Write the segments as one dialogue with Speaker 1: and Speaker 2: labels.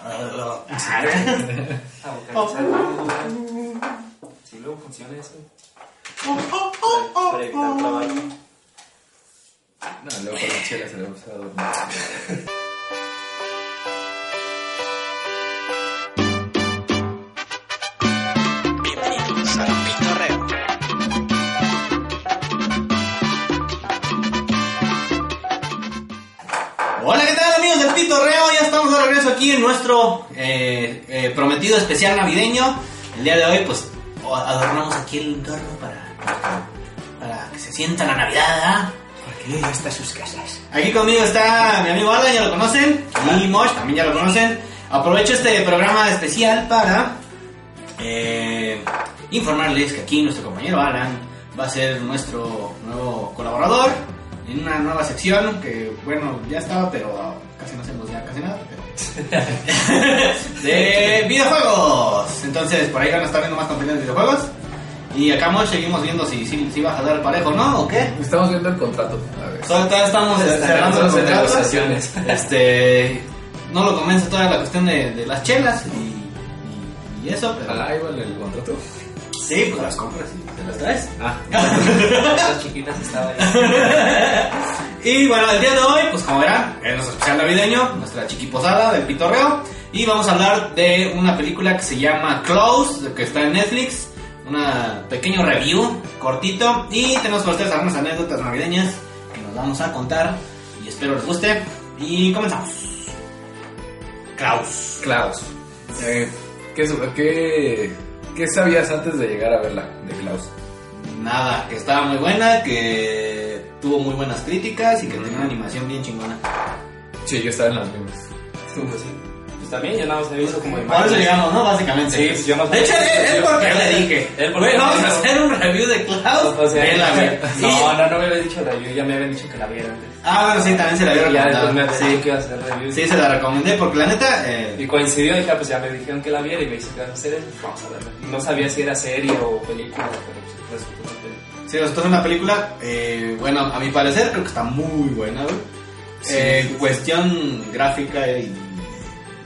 Speaker 1: abocado. Abocado. Sí, luego funciona eso. Para evitar trabajo.
Speaker 2: No, luego con la chela se le gusta dormir.
Speaker 3: Bienvenidos a un pintorreo.
Speaker 4: Hola, ¿qué tal amigos del Pito Reo? Ya estamos de regreso aquí en nuestro eh, eh, prometido especial navideño. El día de hoy, pues, o- adornamos aquí el entorno para, para que se sienta la Navidad, ¿ah?
Speaker 1: Ya está sus casas.
Speaker 4: Aquí conmigo está mi amigo Arda, ya lo conocen. Y Mosh, también ya lo conocen. Aprovecho este programa especial para eh, informarles que aquí nuestro compañero Alan va a ser nuestro nuevo colaborador en una nueva sección que, bueno, ya estaba, pero casi no hacemos ya casi nada. pero- de videojuegos. Entonces, por ahí van a estar viendo más contenido de videojuegos. Y acá Mosh seguimos viendo si, si, si va a jalar parejo, ¿no? ¿O qué?
Speaker 2: Estamos viendo el contrato. A ver.
Speaker 4: Todavía estamos cerrando
Speaker 2: Estamos
Speaker 4: los
Speaker 2: en
Speaker 4: contratos.
Speaker 2: negociaciones.
Speaker 4: Este. No lo comienza toda la cuestión de, de las chelas y, y- y eso, pero.
Speaker 2: Ojalá igual el contrato.
Speaker 4: Sí, pues las compras y te las traes.
Speaker 2: Ah,
Speaker 1: Estas chiquitas estaban ahí.
Speaker 4: Y bueno, el día de hoy, pues como verán, es nuestro especial navideño, nuestra chiquiposada del pitorreo. Y vamos a hablar de una película que se llama Close, que está en Netflix. Una pequeño review, cortito. Y tenemos para ustedes algunas anécdotas navideñas que nos vamos a contar. Y espero les guste. Y comenzamos. Klaus.
Speaker 2: Klaus. Eh, ¿qué, su- qué, ¿Qué sabías antes de llegar a verla de Klaus?
Speaker 4: Nada, que estaba muy buena, que tuvo muy buenas críticas y que
Speaker 2: Ujú.
Speaker 4: tenía una animación bien chingona.
Speaker 2: Sí, yo estaba en las mismas.
Speaker 1: Pues sí. Pues también, yo nada más he visto como
Speaker 4: Por eso
Speaker 1: imágenes.
Speaker 4: llegamos, ¿no? Básicamente.
Speaker 1: Sí, pues yo no-
Speaker 4: De hecho, él, él porque
Speaker 1: Yo-
Speaker 4: le dije.
Speaker 1: él porque
Speaker 4: Güey,
Speaker 1: me
Speaker 4: vamos a
Speaker 1: dijo.
Speaker 4: hacer un review de Klaus.
Speaker 1: O sea,
Speaker 4: Vela, güey. Sí.
Speaker 1: no, no, no me había dicho la yo ya me habían dicho que la viera antes.
Speaker 4: Ah, bueno, sí, también se la había
Speaker 1: Y ya después me
Speaker 4: recomendado.
Speaker 1: habían
Speaker 4: Sí.
Speaker 1: dicho que iba a hacer reviews.
Speaker 4: Sí, se la recomendé porque la neta. eh,
Speaker 1: Y coincidió, dije, ah, pues ya me dijeron que la viera y me dice que vas a hacer eso, pues vamos a verla. No sabía si era serie o película, pero pues resultó una película.
Speaker 4: sí, esto es una película. eh, bueno, a mi parecer creo que está muy buena, güey.
Speaker 2: Sí.
Speaker 4: Eh, cuestión gráfica y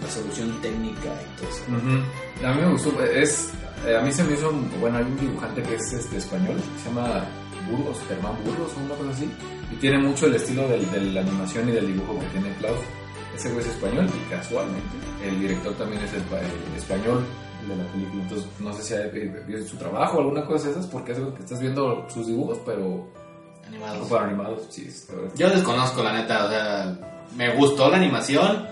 Speaker 4: resolución técnica y todo eso.
Speaker 2: A mí me gustó. Es, eh, a mí se me hizo. Bueno, hay un dibujante que es este, español. Se llama Burgos, Germán Burgos o una cosa así. Y tiene mucho el estilo del- de la animación y del dibujo que tiene Klaus. Ese güey es español y casualmente el director también es espa- eh, español de la película. Entonces, no sé si ha eh, vio su trabajo o alguna cosa de esas, porque es algo que estás viendo sus dibujos, pero
Speaker 4: Animados.
Speaker 2: para animados. Sí, está-
Speaker 4: Yo desconozco la neta, o sea, me gustó la animación,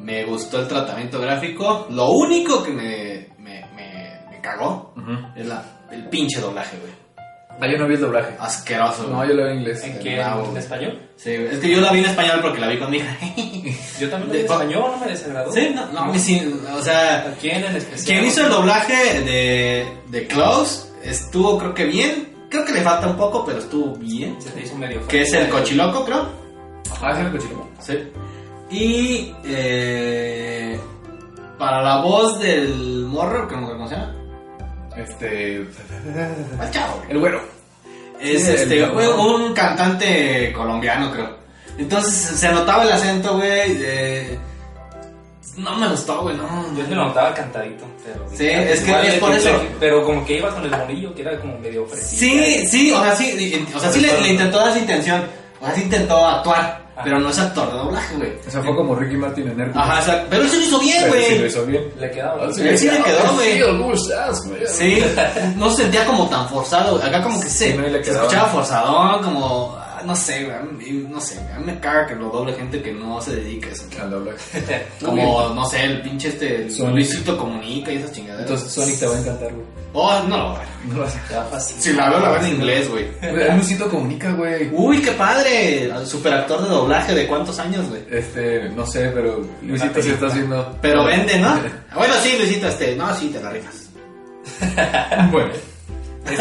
Speaker 4: me gustó el tratamiento gráfico. Lo único que me, me, me, me cagó
Speaker 2: Ujú.
Speaker 4: es la, el pinche doblaje, güey.
Speaker 2: Ah, yo no vi el doblaje.
Speaker 4: Asqueroso.
Speaker 2: No,
Speaker 4: güey.
Speaker 2: yo lo vi en inglés.
Speaker 1: Ah. ¿En qué?
Speaker 4: bravo.
Speaker 1: ¿En español?
Speaker 4: Sí, güey. es que yo la vi en español porque la vi con mi hija.
Speaker 1: Yo también la vi en
Speaker 4: De-
Speaker 1: español, no me desagradó.
Speaker 4: sí, no, no, a mí sí, o sea,
Speaker 1: ¿A quién en especial?
Speaker 4: quien hizo el doblaje de, de Klaus estuvo creo que bien, creo que le falta un poco, pero estuvo bien.
Speaker 1: Se te hizo medio
Speaker 4: Que es el
Speaker 1: coche
Speaker 4: cochiloco, creo.
Speaker 2: Ah, sí, el cochino.
Speaker 4: Sí. Y eh, para la voz del morro, ¿cómo, cómo se llama?
Speaker 2: Este.
Speaker 4: El chavo.
Speaker 2: El güero.
Speaker 4: Es
Speaker 2: Sí, el
Speaker 4: este,
Speaker 2: chavo.
Speaker 4: fue un cantante colombiano, creo. Entonces se notaba el acento, güey. eh, no me gustó, güey, no.
Speaker 1: Yo se lo notaba cantadito, pero...
Speaker 4: Sí, es que
Speaker 1: Igual
Speaker 4: es
Speaker 1: le-
Speaker 4: por eso.
Speaker 1: Pero como que iba con el morillo, que era como medio fresita.
Speaker 4: Sí, sí, o sea, sí, o sea, sí le, le intentó dar su intención. O sea, sí intentó actuar, pero no es actor de doblaje, güey.
Speaker 2: O sea, fue como Ricky Martin en Hércules.
Speaker 4: Ajá, o sea, pero él se lo hizo bien,
Speaker 2: Pero
Speaker 4: güey.
Speaker 2: sí lo hizo bien.
Speaker 1: Le quedaba.
Speaker 4: sí. Él le quedó, güey.
Speaker 2: Sí, el Bush, as, güey.
Speaker 4: Sí, no se sentía como tan forzado. Acá como que se,
Speaker 2: Sí, no, y le
Speaker 4: se
Speaker 2: quedaba.
Speaker 4: escuchaba forzadón, como... ah, No sé, güey, a mí- no sé, güey, a mí me caga que lo doble gente que no se dedica a eso.
Speaker 2: Al doblaje.
Speaker 4: Como, no sé, el pinche este, el
Speaker 2: Sonic.
Speaker 4: Luisito Comunica y esas chingaderas.
Speaker 2: Entonces, Sonic te va a encantar, güey.
Speaker 4: Oh, no lo veo.
Speaker 2: No lo vas a
Speaker 1: Te va fácil.
Speaker 4: Si la veo, la veo en inglés, güey.
Speaker 2: Güey, el Lucito comunica, güey.
Speaker 4: Uy, qué padre, al superactor de doblaje de cuántos años, güey.
Speaker 2: Este, no sé, pero Luisito sí está haciendo.
Speaker 4: Ah, Pero vende, ¿no? Bueno, sí, Luisito, este, no, sí, te la rifas.
Speaker 2: Bueno. este,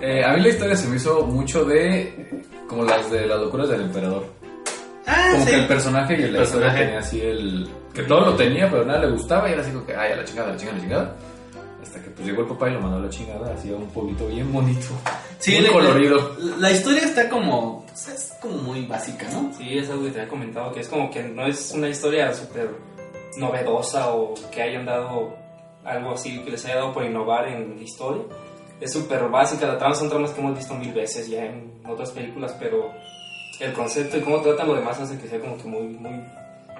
Speaker 2: Eh, a mí la historia se me hizo mucho de. eh, Como las de las locuras del emperador.
Speaker 4: Ah,
Speaker 2: Como
Speaker 4: sí.
Speaker 2: que el personaje y el personaje
Speaker 4: personaje.
Speaker 2: tenía así el. Que todo lo tenía, pero nada le gustaba y era así como que, ay, a la chingada, a la chingada, a la chingada. Hasta que pues llegó el papá y lo mandó a la chingada, hacía un pueblito bien bonito. muy
Speaker 4: le-
Speaker 2: colorido.
Speaker 4: La, la historia está como, pues, es como muy básica, ¿no?
Speaker 1: Sí, es algo que te había comentado, que es como que no es una historia súper novedosa o que hayan dado algo así, que les haya dado por innovar en la historia. Es súper básica, la trama son tramas que hemos visto mil veces ya en otras películas, pero el concepto y cómo tratan lo demás hace que sea como que muy, muy,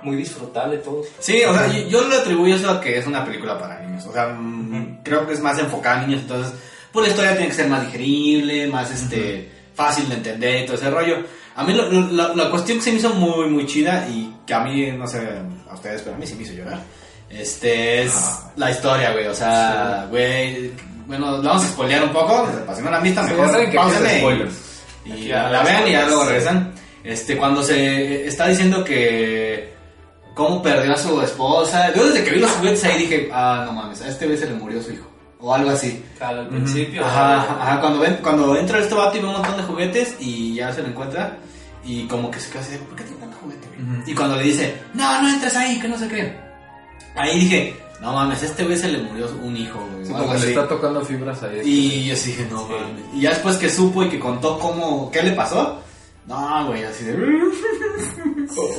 Speaker 1: muy disfrutable todo.
Speaker 4: Sí, o sea, yo, yo lo atribuyo eso a que es una película para niños. O sea, mm, creo que es más enfocada a niños, entonces, pues la historia tiene que ser más digerible, más este fácil de entender y todo ese rollo. A mí lo- lo- la- la cuestión que se me hizo muy, muy chida y que a mí, no sé, a ustedes, pero a mí sí me hizo llorar. Este es
Speaker 2: Ah.
Speaker 4: la historia, güey. O sea, güey. Bueno, la vamos a spoilear un poco. Pues, si no la han visto,
Speaker 2: Sí,
Speaker 4: mejor
Speaker 2: ya saben que aquí
Speaker 4: páusenle
Speaker 2: es
Speaker 4: y-
Speaker 2: spoilers.
Speaker 4: y la, la vean y ya luego regresan. Este, cuando se está diciendo que cómo perdió a su esposa. Yo desde que vi los juguetes ahí dije, ah, no mames, a este güey se le murió su hijo. O algo así.
Speaker 1: Al principio,
Speaker 4: Ajá, ajá, cuando, ven, cuando entra este vato y ve un montón de juguetes y ya se lo encuentra. Y como que se queda así, de, ¿por qué tiene tanto juguete? güey?"
Speaker 2: Ujú.
Speaker 4: Y cuando le dice, no, no entres ahí, que no se cree. Ahí dije, no mames, a este güey se le murió un hijo. güey",
Speaker 2: Sí,
Speaker 4: o
Speaker 2: como
Speaker 4: algo
Speaker 2: que le
Speaker 4: así.
Speaker 2: está tocando fibras ahí.
Speaker 4: Y yo sí dije, no
Speaker 1: Sí.
Speaker 4: mames. Y ya después que supo y que contó cómo, qué le pasó, no, güey, así de.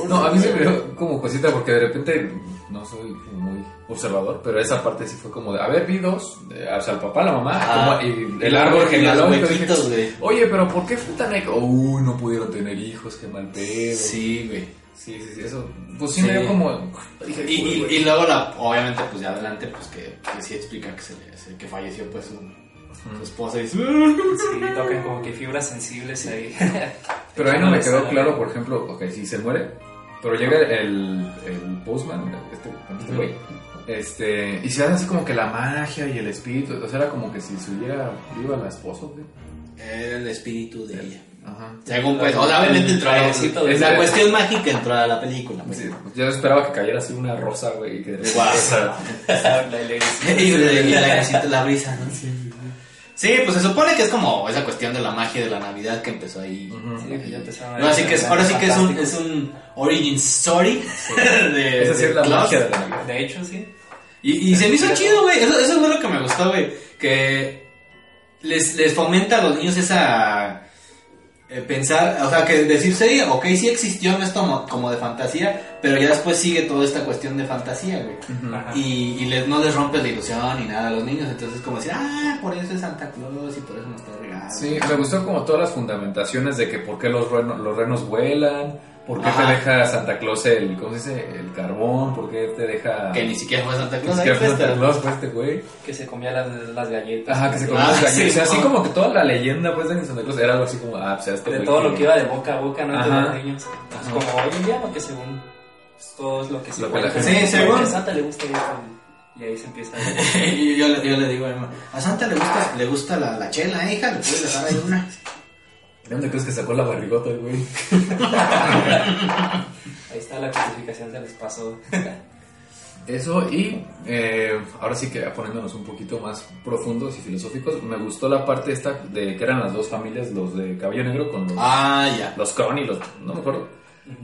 Speaker 2: No, a mí se me dio como cosita porque de repente no soy como muy observador, pero esa parte sí fue como de, a ver, vi dos, eh, o sea, el papá, la mamá,
Speaker 4: Ajá.
Speaker 2: como- y
Speaker 4: Y
Speaker 2: el
Speaker 4: los
Speaker 2: árbol
Speaker 4: hue- y los
Speaker 2: genealógico. dije,
Speaker 4: huequitos, güey.
Speaker 2: Oye, pero ¿por qué fue tan eco? Uy, no pudieron tener hijos, qué mal pedo.
Speaker 4: Sí, güey.
Speaker 2: sí, sí, sí, eso. Pues sí, me
Speaker 4: Sí.
Speaker 2: dio como. Dije,
Speaker 4: Y, y-
Speaker 2: "Uy, güey".
Speaker 4: y luego, la, obviamente, pues ya adelante, pues que, que sí explica que, se le- se- que falleció, pues su, su esposa. Y su-
Speaker 1: Sí, tocan como que fibras sensibles ahí.
Speaker 2: Pero ahí no me quedó claro, por ejemplo, ok, si se muere, pero llega el, el postman, este, este güey, este, y se hace así como que la magia y el espíritu, o sea, era como que si subiera viva la esposa, güey.
Speaker 4: Era el espíritu de ella.
Speaker 2: Ajá.
Speaker 4: Según, pues, o sea, obviamente entró a la,
Speaker 1: Rayocito de-
Speaker 4: es la cuestión mágica entró a la película. pues.
Speaker 2: Sí, yo esperaba que cayera así una rosa, güey, y que de repente-
Speaker 4: Guau.
Speaker 1: La- la iglesia.
Speaker 4: Y la, y la casita, la brisa, ¿no? Sí, pues se supone que es como esa cuestión de la magia de la Navidad que empezó ahí.
Speaker 2: Ujú.
Speaker 1: Sí, que ya empezaron
Speaker 4: Ahora sí que es, ahora sí que es un, es
Speaker 1: Fantásticos.
Speaker 4: un origin story. de-
Speaker 2: Esa sí
Speaker 4: Eh, de
Speaker 2: es la
Speaker 4: Klaus.
Speaker 2: magia de la Navidad.
Speaker 1: De hecho, sí.
Speaker 4: Y, y se me hizo
Speaker 1: Sí.
Speaker 4: chido, güey. Eso, eso fue lo que me gustó, güey. Que les, les fomenta a los niños esa... eh, pensar, o sea, que decir, sí, ok, sí existió en esto como, como de fantasía, pero ya después sigue toda esta cuestión de fantasía, güey.
Speaker 1: Ajá.
Speaker 4: Y, y les, no les rompes la ilusión ni nada a los niños, entonces como decir, ah, por eso es Santa Claus y por eso nos trae regalos.
Speaker 2: Sí, me gustó como todas las fundamentaciones de que por qué los renos, los renos vuelan, por qué
Speaker 4: Ajá.
Speaker 2: te deja Santa Claus el, ¿cómo se dice? El carbón, por qué te deja...
Speaker 4: Que ni siquiera fue Santa
Speaker 2: Ni
Speaker 4: Claus,
Speaker 2: siquiera
Speaker 4: ahí está.
Speaker 2: Santa Claus fue este güey.
Speaker 1: Que se comía las, las galletas.
Speaker 2: Ajá, que se
Speaker 4: Ah,
Speaker 2: conoce la
Speaker 4: sí,
Speaker 2: o sea, así
Speaker 4: no.
Speaker 2: como que toda la leyenda pues de Santa Claus era algo así como, ah, pues este
Speaker 1: De
Speaker 2: güey
Speaker 1: todo lo que iba de boca a boca, ¿no? Entre
Speaker 2: Ajá.
Speaker 1: los niños. Es
Speaker 2: Ajá.
Speaker 1: como hoy en día, ¿no? Que según pues, todo es lo que se
Speaker 2: Lo que la
Speaker 1: cuenta.
Speaker 4: gente- Sí, según.
Speaker 1: Que Santa le gusta esto. Y ahí se empieza a...
Speaker 4: Y yo, le- yo le digo a Emma, a Santa le gusta, le gusta la, la chela, ¿eh, hija, le puedes dejar ahí una.
Speaker 2: ¿De dónde crees que sacó la barrigota el güey?
Speaker 1: Ahí está la clasificación se les pasó.
Speaker 2: Eso y eh, ahora sí que ya poniéndonos un poquito más profundos y filosóficos, me gustó la parte esta de que eran las dos familias, los de cabello negro con los,
Speaker 4: Ah, ya.
Speaker 2: los Kron y los, no me acuerdo.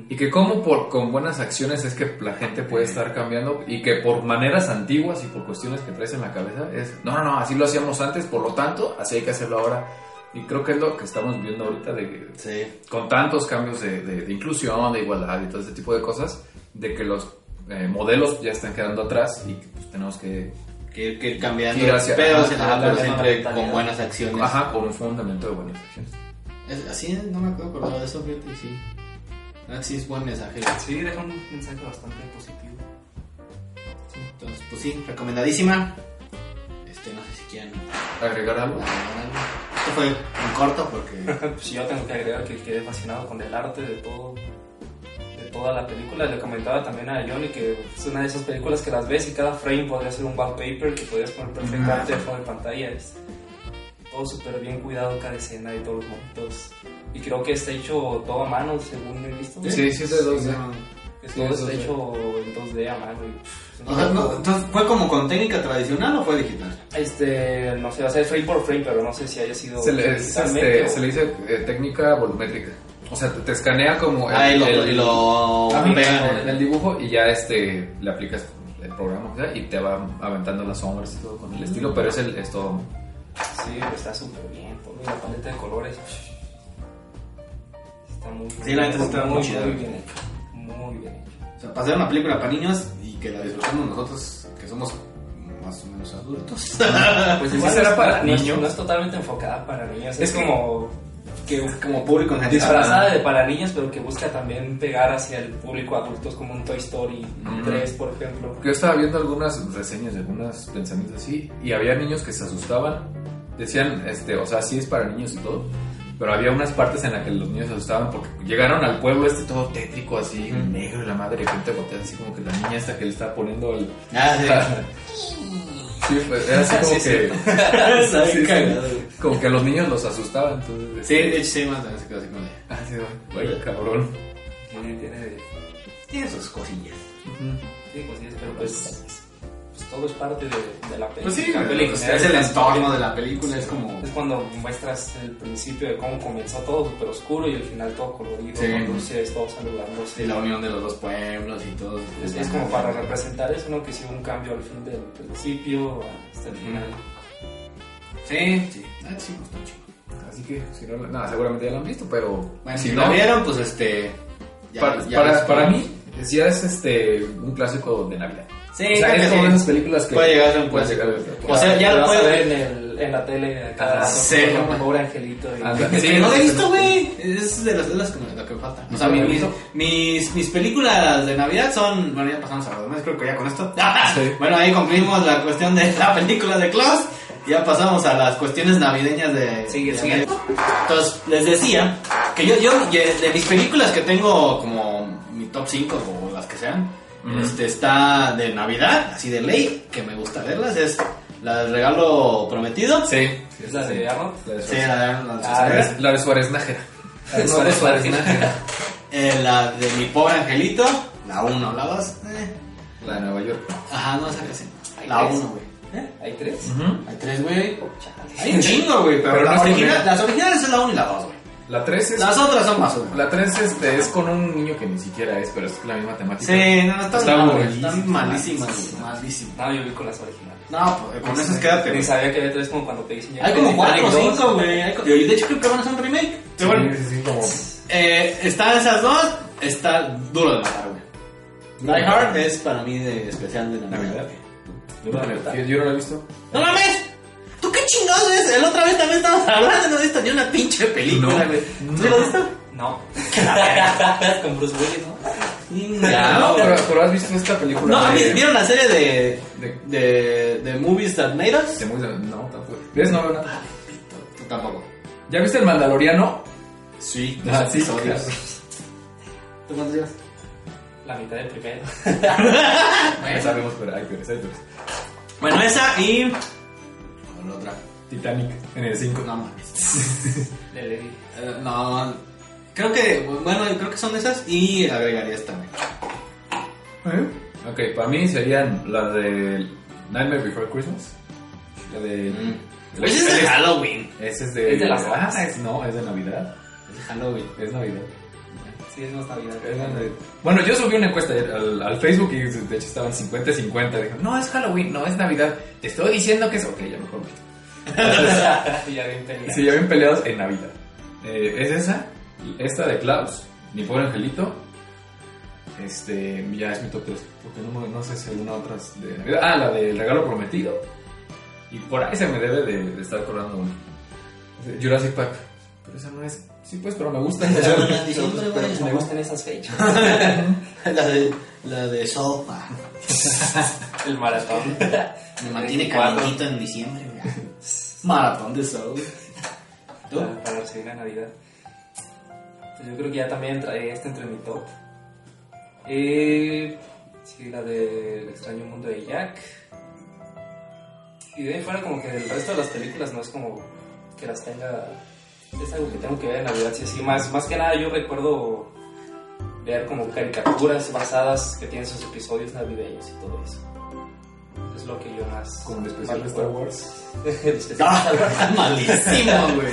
Speaker 2: Y que como por, con buenas acciones es que la gente puede estar cambiando y que por maneras antiguas y por cuestiones que traes en la cabeza es, no, no, no, así lo hacíamos antes, por lo tanto, así hay que hacerlo ahora. Y creo que es lo que estamos viendo ahorita de que
Speaker 4: Sí.
Speaker 2: con tantos cambios de, de- de inclusión, de igualdad y todo este tipo de cosas, de que los eh, modelos ya están quedando atrás y que pues, tenemos que,
Speaker 4: Que, que ir cambiando.
Speaker 2: Ir hacia-
Speaker 4: pero,
Speaker 2: ajá,
Speaker 4: ajá, pero
Speaker 1: la
Speaker 4: siempre
Speaker 1: mentalidad.
Speaker 4: con buenas acciones.
Speaker 2: ajá, por un fundamento de buenas acciones.
Speaker 4: Es- así es, no me acuerdo acordado de eso, fíjate, sí. Ah, sí, es buen mensaje.
Speaker 1: Sí, deja un mensaje bastante positivo.
Speaker 4: Entonces, pues sí, recomendadísima. Este, no sé si quieren
Speaker 2: Agregar algo.
Speaker 4: agregar algo. Esto fue en corto porque.
Speaker 1: Pues yo tengo que agregar que quedé fascinado con el arte de todo de toda la película. Le comentaba también a Johnny que es una de esas películas que las ves y cada frame podría ser un wallpaper que podrías poner perfectamente de fondo de pantalla. Es todo súper bien cuidado cada escena y todos los momentos. Y creo que está hecho todo a mano, según he visto.
Speaker 2: Sí, sí, es de dos.
Speaker 4: no.
Speaker 1: Que
Speaker 2: sí,
Speaker 1: todo
Speaker 2: eso
Speaker 1: está
Speaker 2: sí.
Speaker 1: hecho en 2D a mano. y, pff,
Speaker 4: O sea, no, entonces, ¿fue como con técnica tradicional o fue digital?
Speaker 1: Este, no sé, va a ser frame por frame, pero no sé si haya sido.
Speaker 2: Se le, es,
Speaker 1: digitalmente
Speaker 2: este,
Speaker 1: o-
Speaker 2: se le dice eh, técnica volumétrica. O sea, te, te escanea como el,
Speaker 4: Ah, y lo,
Speaker 2: el-
Speaker 4: y lo
Speaker 1: Ah,
Speaker 4: pegan.
Speaker 2: el- el dibujo y ya este, le aplicas el programa o sea, y te va aventando las sombras y todo con el estilo, pero es, el, es todo.
Speaker 1: Sí, pero está súper bien. Todo y la paleta de colores. Está muy
Speaker 4: Sí, la neta está muy chida.
Speaker 1: bien hecho. Muy bien hecho.
Speaker 4: O sea, para hacer una película para niños y que la disfrutamos nosotros, que somos más o menos adultos.
Speaker 1: Pues
Speaker 2: sí
Speaker 1: igual
Speaker 2: será
Speaker 1: no es-
Speaker 2: para
Speaker 1: no es-
Speaker 2: niños.
Speaker 1: No es totalmente enfocada para niños.
Speaker 2: Es
Speaker 1: Es,
Speaker 2: que-
Speaker 1: como que
Speaker 4: Como público en general.
Speaker 1: disfrazada de para niños, pero que busca también pegar hacia el público adultos como un Toy Story 3, por ejemplo.
Speaker 2: Yo estaba viendo algunas reseñas de algunos pensamientos así y había niños que se asustaban. Decían, este, o sea, sí es para niños y todo, pero había unas partes en las que los niños se asustaban porque llegaron al pueblo este todo tétrico así, negro y la madre, y de repente voltean así como que la niña esta que le está poniendo el...
Speaker 4: Ah, sí.
Speaker 2: Sí, pues era así como
Speaker 4: Sí,
Speaker 2: que...
Speaker 4: Está bien
Speaker 2: Sí, sí.
Speaker 4: cagado, güey.
Speaker 2: Como que a los niños los asustaba, entonces...
Speaker 4: Sí, de hecho, sí, más o menos se quedó así como de.
Speaker 2: Ah, sí, güey, güey, cabrón.
Speaker 1: Sí, tiene de-
Speaker 4: Tiene sus cosillas.
Speaker 1: sí, pues sí, pero pues, pues todo es parte de, de la
Speaker 4: Pues
Speaker 1: película.
Speaker 4: sí,
Speaker 1: La peli en
Speaker 4: pues,
Speaker 1: general
Speaker 4: es el
Speaker 1: la
Speaker 4: entorno
Speaker 1: historia.
Speaker 4: de la película, es como.
Speaker 1: Es cuando muestras el principio de cómo comenzó todo súper oscuro y al final todo colorido,
Speaker 4: Sí.
Speaker 1: con luces, todos saludándose.
Speaker 4: de la unión de los dos pueblos y todo.
Speaker 1: Es, es como para representar eso, ¿no? Que sí hubo un cambio al fin del principio hasta el final.
Speaker 4: Sí, sí. Ah, sí, pues, está chido.
Speaker 2: Así que, si no, la- nada, seguramente ya lo han visto, pero...
Speaker 4: Bueno,
Speaker 2: si
Speaker 4: si
Speaker 2: no,
Speaker 4: lo vieron, pues este. ya-
Speaker 2: para,
Speaker 4: ya
Speaker 2: para-
Speaker 4: ves.
Speaker 2: para mí, es- ya es este, un clásico de Navidad.
Speaker 4: Sí,
Speaker 2: o sea,
Speaker 4: creo
Speaker 2: es
Speaker 4: que
Speaker 2: como
Speaker 4: sí.
Speaker 2: esas películas que.
Speaker 4: Puede llegar a ser un
Speaker 2: puede
Speaker 4: clásico.
Speaker 2: llegar a ser-
Speaker 4: O sea, ya
Speaker 1: Lo
Speaker 4: lo
Speaker 1: vas a
Speaker 4: puedes ver.
Speaker 1: ver en, el- en la tele cada
Speaker 2: Ah,
Speaker 1: rato,
Speaker 4: sí.
Speaker 1: con el pobre angelito. y-
Speaker 2: Ah,
Speaker 4: Es
Speaker 2: Sí,
Speaker 4: que no lo he
Speaker 2: sí,
Speaker 4: visto,
Speaker 2: sí.
Speaker 4: güey. Es de las de las que me- lo que me falta. O sea,
Speaker 2: ¿No
Speaker 4: mi-
Speaker 2: lo he
Speaker 4: mis,
Speaker 2: visto?
Speaker 4: mis, mis películas de Navidad son. Bueno, ya pasamos a los demás, creo que ya con esto.
Speaker 2: Sí.
Speaker 4: Bueno, ahí concluimos la cuestión de la película de Klaus. Ya pasamos a las cuestiones navideñas de.
Speaker 1: Sigue,
Speaker 4: de
Speaker 1: sigue.
Speaker 4: América. Entonces, les decía que yo, yo, yo- de mis películas que tengo como mi top 5 o las que sean,
Speaker 2: Ujú.
Speaker 4: este, está de Navidad, así de ley, que me gusta verlas, es la del regalo prometido.
Speaker 2: Sí.
Speaker 1: ¿Es la de Arnold?
Speaker 2: La de
Speaker 4: Sí,
Speaker 2: Suárez.
Speaker 4: la de Arnold
Speaker 1: Ah,
Speaker 4: Schwarzenegger.
Speaker 2: Es
Speaker 1: La
Speaker 2: la de Suárez Nájera.
Speaker 1: de Suárez Nájera.
Speaker 4: Eh, la de mi pobre angelito, la 1, la eh. 2.
Speaker 2: La de Nueva York.
Speaker 4: Ajá, no esa casi.
Speaker 1: Hay
Speaker 4: La
Speaker 1: tres.
Speaker 4: 1, güey. ¿Eh?
Speaker 1: ¿Hay tres?
Speaker 4: Hay 3, güey.
Speaker 1: Chale.
Speaker 4: Hay un chingo, güey, Oh, pero,
Speaker 2: Pero
Speaker 4: la
Speaker 2: no es
Speaker 4: original-
Speaker 2: primera.
Speaker 4: las originales son la 1 y la 2, güey.
Speaker 2: La 3 es.
Speaker 4: Las otras son más una.
Speaker 2: La 3 este, es con un niño que ni siquiera es, pero es la misma temática.
Speaker 4: Sí, no, no, están,
Speaker 2: Están
Speaker 4: mal, güey,
Speaker 2: malísimas.
Speaker 4: están malísimas, güey, malísimas.
Speaker 1: No, yo vi con las originales.
Speaker 4: No, pues, con esas quédate,
Speaker 1: Ni
Speaker 4: güey.
Speaker 1: sabía que había tres como cuando te dicen ya
Speaker 4: Hay
Speaker 1: que
Speaker 4: como
Speaker 1: hay
Speaker 4: 4 o
Speaker 1: dos.
Speaker 4: 5, güey. hay co- Y de hecho creo que van a hacer un remake.
Speaker 2: Sí,
Speaker 4: Pero bueno,
Speaker 2: sí, sí, como.
Speaker 4: eh, están esas dos, está duro de matar, güey. Die Hard es para mí de especial de
Speaker 2: Navidad.
Speaker 4: güey.
Speaker 2: Yo no la he- yo no la he visto.
Speaker 4: ¡No mames! ¿Tú qué chingados ves? El otra vez también estábamos hablando y no viste ni una pinche película,
Speaker 2: No.
Speaker 4: güey. ¿Tú lo viste?
Speaker 1: No. con Bruce Willis, ¿no?
Speaker 2: No,
Speaker 4: No,
Speaker 2: pero, pero has visto esta película.
Speaker 4: No,
Speaker 2: de,
Speaker 4: ¿vi- ¿vieron la serie de,
Speaker 2: de-
Speaker 4: de, de Movies That Made Us?
Speaker 2: de muy- No, tampoco. ¿Ves? No veo nada.
Speaker 4: Tú tampoco.
Speaker 2: ¿Ya viste el Mandaloriano?
Speaker 4: Sí,
Speaker 2: Ah, sí,
Speaker 4: episodios.
Speaker 2: claro.
Speaker 4: ¿Tú cuántos llevas?
Speaker 1: La mitad del primero.
Speaker 2: Ya sabemos, pero hay peores, hay peores.
Speaker 4: Bueno, esa y... O la otra.
Speaker 2: Titanic en el 5.
Speaker 4: No mames.
Speaker 1: De Lady.
Speaker 4: Eh, no, creo que... Bueno, creo que son esas y agregaría esta, güey.
Speaker 2: Ok, para mí serían la de Nightmare Before Christmas. La de. la-
Speaker 4: Pues es de
Speaker 2: el-
Speaker 4: Halloween.
Speaker 2: ese es de.
Speaker 1: Es de las
Speaker 2: ah, es- no, es de Navidad.
Speaker 4: Es de Halloween.
Speaker 2: Es Navidad.
Speaker 1: Sí, es más Navidad.
Speaker 2: Es la de- Bueno, yo subí una encuesta ayer al, al Facebook y de hecho estaban 50-50. Dijo, no, es Halloween, no, es Navidad. Te estoy diciendo que es. Ok, ya mejor me.
Speaker 1: ya bien peleado.
Speaker 2: Sí, ya ven peleados en Navidad. Eh, es esa, esta de Klaus, mi pobre angelito. Este, ya es mi top 3, porque no, me- no sé si alguna otra es de Navidad. Ah, la del regalo prometido. Y por ahí se me debe de, de estar acordando una. Es de Jurassic Park. Pero esa no es. Sí, pues, pero me gusta.
Speaker 4: Pero-
Speaker 1: Pero, pues, pero pues, me gustan esas fechas.
Speaker 4: La de, la de Sol. ah,
Speaker 1: El maratón.
Speaker 4: Me mantiene
Speaker 1: Cuatro.
Speaker 4: calentito en diciembre. güey. Maratón de Sol. ¿Tú?
Speaker 1: Para, para recibir la Navidad. Pues yo creo que ya también entraré este entre mi top. Eh, sí, la del extraño mundo de Jack. Y de ahí fuera como que el resto de las películas no es como que las tenga... Es algo que tengo que ver en Navidad, sí, sí. Más, más que nada yo recuerdo ver como caricaturas basadas que tienen sus episodios navideños y todo eso. Es lo que yo más...
Speaker 2: Como el especial
Speaker 1: más
Speaker 2: de Star
Speaker 1: recuerdo.
Speaker 2: Wars.
Speaker 1: El especial de Star Wars.
Speaker 4: Ah, malísimo, güey.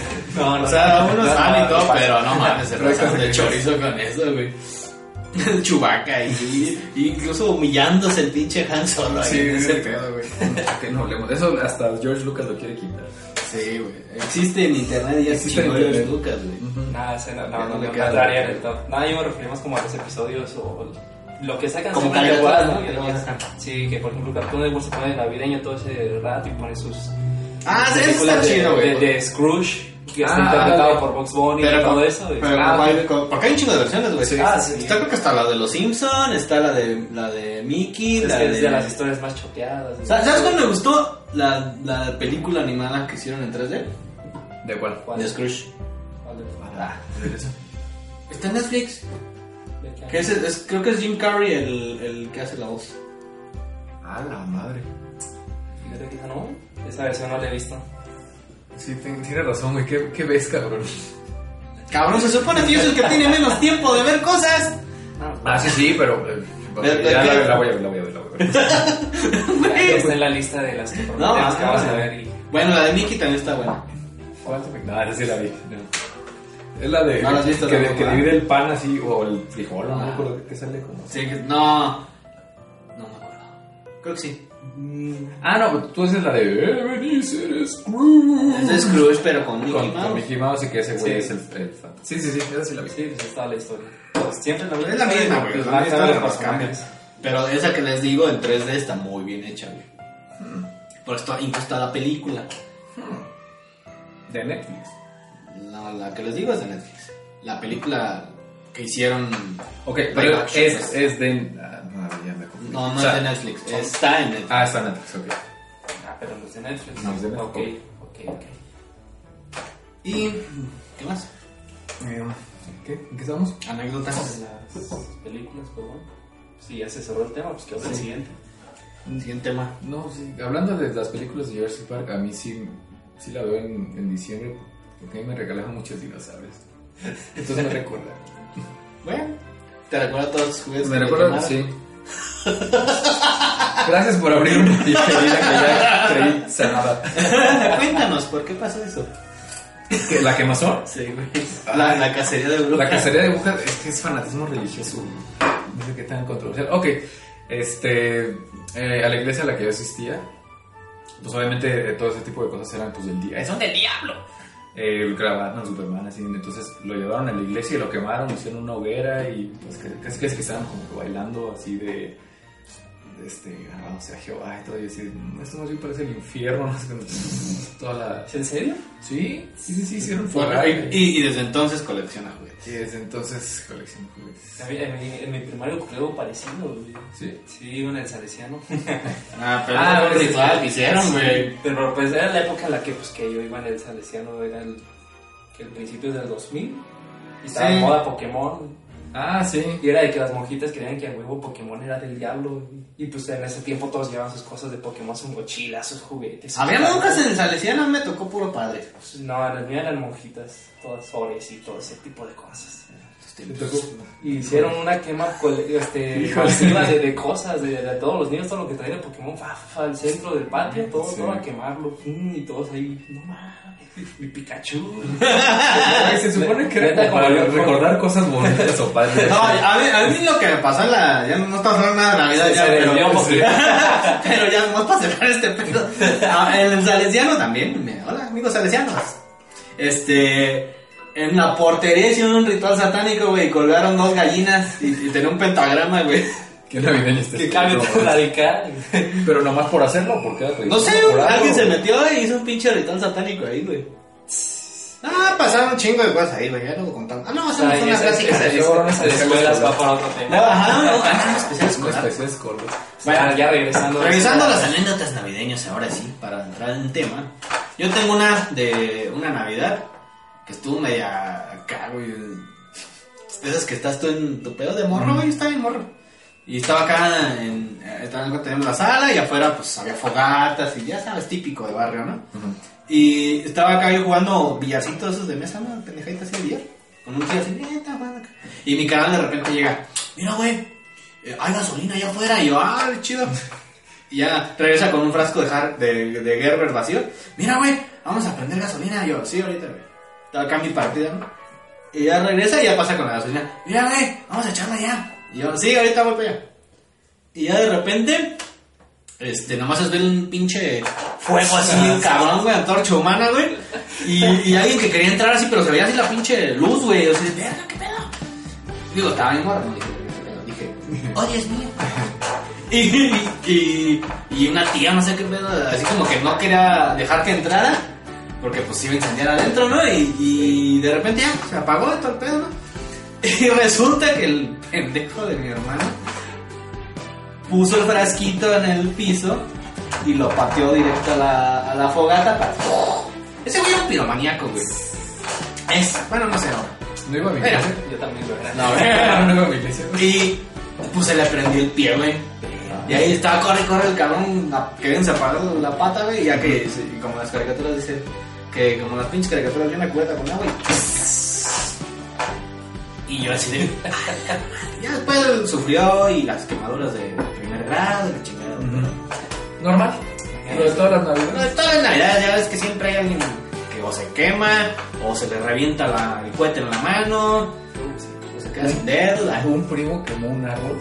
Speaker 1: No,
Speaker 4: O sea, uno
Speaker 1: no,
Speaker 4: sale y
Speaker 1: no,
Speaker 4: todo,
Speaker 1: no,
Speaker 4: pero no mames, se
Speaker 2: No hay
Speaker 4: pasan
Speaker 2: cosa
Speaker 4: de
Speaker 2: que-
Speaker 4: chorizo con eso, güey. Chubaca y, y incluso humillándose el pinche Han Solo ahí en ese pedo, güey.
Speaker 2: Que no hablemos. Eso hasta George Lucas lo quiere quitar.
Speaker 4: Sí, güey. Existe en internet y ya se
Speaker 2: Existe en
Speaker 4: chingó George
Speaker 2: internet.
Speaker 4: Lucas, güey.
Speaker 1: Nada, ese no,
Speaker 2: Ya
Speaker 1: no,
Speaker 2: no
Speaker 1: no,
Speaker 2: le
Speaker 1: no
Speaker 2: queda
Speaker 1: entraría
Speaker 2: nada.
Speaker 1: en el top. Nada, yo me referimos como a los episodios o lo que sacan
Speaker 4: Como
Speaker 1: son caricaturas
Speaker 4: caricaturas, ¿no?
Speaker 1: muy
Speaker 4: Que luego
Speaker 1: navideñas.
Speaker 4: sacan.
Speaker 1: Sí, que por ejemplo Cartoon Network se pone navideño todo ese rato y pone sus
Speaker 4: Ah, sí, eso está
Speaker 1: películas de,
Speaker 4: chido, güey.
Speaker 1: de, de Scrooge, que
Speaker 2: Ah,
Speaker 1: está interpretado
Speaker 2: dale.
Speaker 1: por Box Bunny y todo eso. y-
Speaker 4: pero
Speaker 1: ah,
Speaker 4: como hay- como- porque hay un chingo de versiones, güey.
Speaker 1: Sí, ah, sí.
Speaker 4: Está creo que está la de los Simpson, está la de la de Mickey,
Speaker 1: es
Speaker 4: la
Speaker 1: que
Speaker 4: de,
Speaker 1: es de las historias más choqueadas.
Speaker 4: Sa- ¿Sabes cuál me gustó? La, la película animada que hicieron en 3D
Speaker 2: Ah, ¿De cuál?
Speaker 1: ¿Cuál?
Speaker 4: de Scrooge.
Speaker 1: ¿Cuál de-
Speaker 4: Ah,
Speaker 2: ¿Regresa?
Speaker 4: está en Netflix.
Speaker 1: de qué año?
Speaker 4: Que es, es- creo que es Jim Carrey el, el que hace la voz.
Speaker 2: A la madre.
Speaker 1: Fíjate que esa no, esa versión no la he visto.
Speaker 2: Sí, ten- tiene razón, güey. ¿Qué, qué ves, cabrón?
Speaker 4: Cabrón, se supone que yo soy el que tiene menos tiempo de ver cosas.
Speaker 2: Ah, sí, sí, pero. eh,
Speaker 4: Pero-
Speaker 2: ya
Speaker 4: pero-
Speaker 2: la, la voy a ver, la voy a ver, la voy a ver.
Speaker 1: Ya, ya está en la lista de las que prometemos
Speaker 4: No,
Speaker 1: que vamos
Speaker 4: ah,
Speaker 1: a ver y
Speaker 4: Bueno, la de Mickey también está buena.
Speaker 2: ¿Cuál te- No, esa sí la vi. Es la de.
Speaker 4: No la has visto
Speaker 2: que,
Speaker 4: tampoco,
Speaker 2: que
Speaker 4: ¿ah?
Speaker 2: divide el pan así, o el frijol, no me
Speaker 4: Ah.
Speaker 2: acuerdo que sale como.
Speaker 4: Sí, que- no. No me acuerdo. Creo que sí.
Speaker 2: Ah, no, pero tú haces la de. "Eh, Ebenezer Scrooge.
Speaker 4: Es de Scrooge, pero con Mickey
Speaker 2: Con,
Speaker 4: Mouse.
Speaker 2: con Mickey Mouse y que ese güey
Speaker 1: Sí.
Speaker 2: es el, el fan. Sí, sí, sí, esa sí la vi.
Speaker 1: sí, pues está la historia. Pues siempre la misma.
Speaker 4: Es la
Speaker 1: historia,
Speaker 4: misma, güey,
Speaker 1: pues,
Speaker 4: la
Speaker 1: van
Speaker 4: misma
Speaker 1: cambiando
Speaker 4: historia,
Speaker 1: los
Speaker 4: los cambios.
Speaker 1: personajes.
Speaker 4: Pero esa que les digo en 3D está muy bien hecha, güey. Por esto incluso está la película.
Speaker 2: Hmm. De Netflix.
Speaker 4: No, la que les digo es de Netflix. La película que hicieron.
Speaker 2: Ok,
Speaker 4: Live
Speaker 2: pero
Speaker 4: action,
Speaker 2: es,
Speaker 4: pues.
Speaker 2: es de. Ah, no, ya me confundí.
Speaker 4: No, no
Speaker 2: O sea,
Speaker 4: es de Netflix. Está en Netflix.
Speaker 2: Ah, está en Netflix, ok.
Speaker 1: Ah, pero no es de Netflix.
Speaker 2: No, es de Netflix.
Speaker 1: Ok, ok, ok.
Speaker 4: ¿Y qué más? Eh,
Speaker 2: ¿Qué? ¿En qué estamos?
Speaker 4: Anécdotas.
Speaker 1: las películas, pues bueno. Si ya se cerró el tema, pues que hable el siguiente.
Speaker 4: Oh, Siguiente tema.
Speaker 2: No, sí, hablando de las películas de Jurassic Park, a mí sí, sí la veo en, en diciembre porque a mí me regalaron muchos dinosaurios. Entonces me recuerda.
Speaker 4: Bueno, ¿te recuerda todos los juguetes?
Speaker 2: me
Speaker 4: que te
Speaker 2: recuerda,
Speaker 4: tomaron?
Speaker 2: sí. Gracias por abrirme y querida que ya creí sanada.
Speaker 4: Cuéntanos, ¿por qué pasó eso?
Speaker 2: ¿Qué, ¿La quemazón?
Speaker 4: Sí, güey. La, la cacería de brujas.
Speaker 2: La cacería de brujas es que es fanatismo religioso. güey. No sé qué tan controversial. Ok, este, eh, a la iglesia a la que yo asistía, pues obviamente eh, todo ese tipo de cosas eran pues del día. ¡Eh, ¡Son del diablo! Eh, grabaron a Superman así, entonces lo llevaron a la iglesia y lo quemaron, hicieron una hoguera y pues que- casi casi que estaban como que bailando así de... de Este, alabado sea Jehová y todo, y así, "Mm, esto más bien parece el infierno, no sé, qué, toda la...
Speaker 1: ¿Es en serio?
Speaker 2: Sí, sí, sí, sí, hicieron
Speaker 4: Fue-
Speaker 2: fogar. Y
Speaker 4: y, y desde entonces colecciona juguetes.
Speaker 2: y desde entonces pues, colecciono juguetes.
Speaker 1: A mí- en, mi, en mi primario ocurrió algo parecido, güey.
Speaker 2: Sí.
Speaker 1: Sí, en el Salesiano.
Speaker 4: Ah, pero
Speaker 2: Ah,
Speaker 4: es un
Speaker 2: pues,
Speaker 4: ritual que hicieron, güey.
Speaker 1: Pero pues era la época en la que, pues, que yo iba en el Salesiano, era el, que el principio del 2000. Y estaba
Speaker 2: Sí.
Speaker 1: en moda Pokémon.
Speaker 2: Ah, sí.
Speaker 1: Y era de que las monjitas creían que el huevo Pokémon era del diablo. güey. Y pues en ese tiempo todos llevaban sus cosas de Pokémon, sus mochilas, sus juguetes.
Speaker 4: Había
Speaker 1: sus-
Speaker 4: monjas en el Salesiano, me tocó puro padre.
Speaker 1: No, en las mías eran monjitas, todas flores y todo ese tipo de cosas. Y hicieron una quema col- este,
Speaker 2: Híjole.
Speaker 1: masiva de, de cosas, de, de todos los niños, todo lo que traían de Pokémon, fa, fa, al centro del patio, todo,
Speaker 2: Sí.
Speaker 1: todo a quemarlo, mm, y todos ahí, no mames, mi Pikachu.
Speaker 2: se supone que
Speaker 1: Neta,
Speaker 2: era como
Speaker 1: como
Speaker 2: para
Speaker 1: yo-
Speaker 2: recordar cosas bonitas o padres.
Speaker 4: No, a mí, a mí lo que me pasó en la. Ya no estamos hablando nada de Navidad,
Speaker 1: Se-
Speaker 4: ya,
Speaker 1: se
Speaker 4: pero,
Speaker 1: desvió un poquito.
Speaker 4: pero ya vamos para cerrar este pedo. Ah, En el Salesiano también. me- hola, amigos salesianos. Este. En la portería hicieron un ritual satánico, güey. y Colgaron dos gallinas y, y tenía un pentagrama, güey.
Speaker 2: Qué navideño este.
Speaker 1: Que cambio
Speaker 2: programa.
Speaker 1: todo radical.
Speaker 2: Pero nomás por hacerlo, porque era
Speaker 4: No sé,
Speaker 2: tradición por
Speaker 4: alguien
Speaker 2: algo.
Speaker 4: se metió y hizo un pinche ritual satánico ahí, güey. Ah, pasaron un chingo de cosas ahí, güey. Ya luego contamos. Ah, no,
Speaker 1: O sea,
Speaker 4: hacemos
Speaker 1: y
Speaker 4: una
Speaker 1: ese- ese-
Speaker 4: clásica
Speaker 1: ese-
Speaker 4: de
Speaker 2: cabrón,
Speaker 1: ese de escuelas va para otro
Speaker 4: No,
Speaker 1: tema.
Speaker 4: ajá, no, hacemos especial
Speaker 2: Una
Speaker 4: escolar.
Speaker 2: especie de escombros.
Speaker 1: Bueno, ya regresando.
Speaker 4: Revisando las anécdotas navideñas ahora sí, para entrar en tema. Yo tengo una de una Navidad que estuvo media acá, güey. De esas que estás tú en tu pedo de morro, güey, estaba en morro. Y estaba acá en, eh, estaba en la sala y afuera pues había fogatas y ya sabes, típico de barrio, ¿no? Y estaba acá yo jugando billarcitos esos de mesa, una pendejadita así de billar. Con un tío así, "Eh, está jugando acá". Y mi canal de repente llega, mira, güey, eh, hay gasolina allá afuera. Y yo, ah, qué chido. Y ya regresa con un frasco de, Har- de, de Gerber vacío. Mira, güey, vamos a prender gasolina. Y yo, sí, ahorita, güey. Estaba acá mi partida, ¿no? Y ya regresa y ya pasa con la gasolina. Mira, güey, vamos a echarla ya. Y yo, sí, ahorita voy para allá. Y ya de repente, este, nomás es ver un pinche fuego así, bien cabrón, güey, antorcha humana, güey. Y, y alguien que quería entrar así, pero se veía así la pinche luz, güey. O sea, verga, qué pedo. Digo, estaba bien morro, ¿no? Dije, "Verga, qué pedo". Dije, ¡Oh, Dios mío! Y, y, y una tía, no sé qué pedo, así como que no quería dejar que entrara, porque pues iba a incendiar adentro, ¿no? Y, y de repente ya se apagó todo el pedo, ¿no? Y resulta que el pendejo de mi hermano puso el frasquito en el piso y lo pateó directo a la, a la fogata. Para... Ese güey era un piromaníaco, güey. Es, bueno, no sé ahora.
Speaker 2: No iba a mi
Speaker 4: Mira.
Speaker 2: iglesia.
Speaker 1: Yo también lo era.
Speaker 2: No, no iba a mi iglesia.
Speaker 4: Y pues se le prendió el pie, güey. Y ahí estaba, corre, corre el cabrón, la- que bien separado la pata, güey. Y ya que, se- y como las caricaturas dice, que como las pinches caricaturas, viene una cubeta con agua y. Y yo así de. "Ah, ya después sufrió y las quemaduras de primer grado, la chingada.
Speaker 2: Ujú. Normal. Lo de todas las
Speaker 4: Bueno,
Speaker 2: navidades.
Speaker 4: de todas las navidades ya ves que siempre hay alguien que o se quema, o se le revienta la, el cohete en la mano, o se queda sin dedos. ay,
Speaker 2: Un primo quemó un árbol.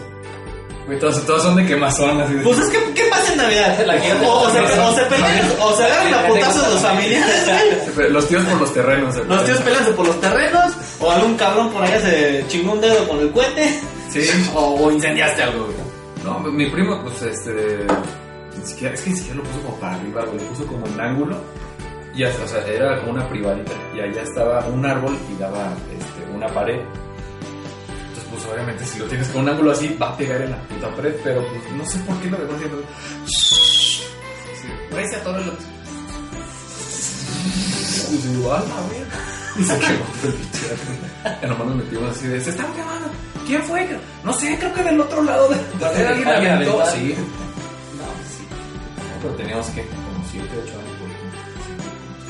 Speaker 2: Güey, todos, todos son de quemazón, así de-
Speaker 4: Pues es que, ¿qué pasa en Navidad?
Speaker 1: La guía de
Speaker 4: o, o se,
Speaker 1: los
Speaker 4: o se pelean, o se agarran a putazos los familiares, güey.
Speaker 2: Los tíos por los terrenos.
Speaker 4: Los tíos peleanse por los terrenos, o algún cabrón por allá se chingó un dedo con el cohete,
Speaker 2: Sí.
Speaker 4: o, o incendiaste algo, güey.
Speaker 2: No, mi primo, pues este. Ni siquiera, es que ni siquiera lo puso como para arriba, güey. Lo puso como en ángulo. Y hasta, o sea, era como una privadita. Y allá estaba un árbol y daba este, una pared. Entonces, pues obviamente, si lo tienes con un ángulo así, va a pegar en la puta pared. Pero pues no sé por qué lo dejó haciendo. Gracias a todos los. Y digo, Pues, "A la verga". Y se quemó el pinche árbol. Y nomás nos metimos así de: ¡Se están quemando! ¿Quién fue? No sé, creo que del otro lado de la pared Pues, alguien
Speaker 1: Alguien
Speaker 2: aventó.
Speaker 1: aventó.
Speaker 2: Sí.
Speaker 1: No, sí.
Speaker 2: Pero teníamos que como 7, 8 años, por ejemplo.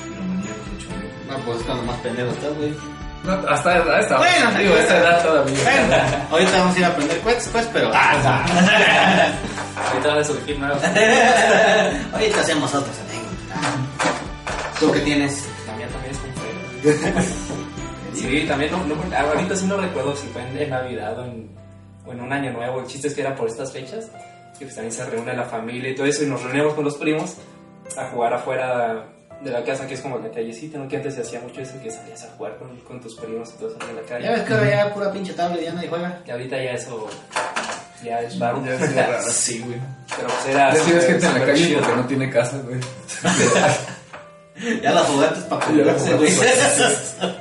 Speaker 2: Pero mañana mucho menos.
Speaker 4: No, pues es cuando más pendejo estás, güey.
Speaker 2: No, hasta a esta
Speaker 4: Bueno,
Speaker 2: digo, a esta edad todavía.
Speaker 4: Bueno, ahorita vamos a ir a aprender cohetes, pues, pero...
Speaker 1: Ahorita van a surgir nuevos.
Speaker 4: ahorita hacemos otra anécdota. ¿Tú qué tienes?
Speaker 1: La mía también es con fuego. Sí, también no, no, ahorita sí no recuerdo si fue en, en Navidad o en, o en un año nuevo. El chiste es que era por estas fechas, que pues también se reúne la familia y todo eso, y nos reunimos con los primos a jugar afuera de la casa, que es como la callecita, ¿no? Que antes se hacía mucho eso, que salías a jugar con, con tus primos y todo eso en la
Speaker 4: Ya
Speaker 1: calle.
Speaker 4: ves que ahora ya pura pinche tabla ya nadie juega.
Speaker 1: Y ahorita ya eso, ya es raro.
Speaker 2: Ya es raro.
Speaker 4: Sí, güey.
Speaker 1: Pero pues era...
Speaker 2: Ya tienes
Speaker 1: súper-
Speaker 2: gente en la
Speaker 1: súper
Speaker 2: calle
Speaker 1: chido.
Speaker 2: porque no tiene casa, güey.
Speaker 4: Ya la jugaste para curarse, güey.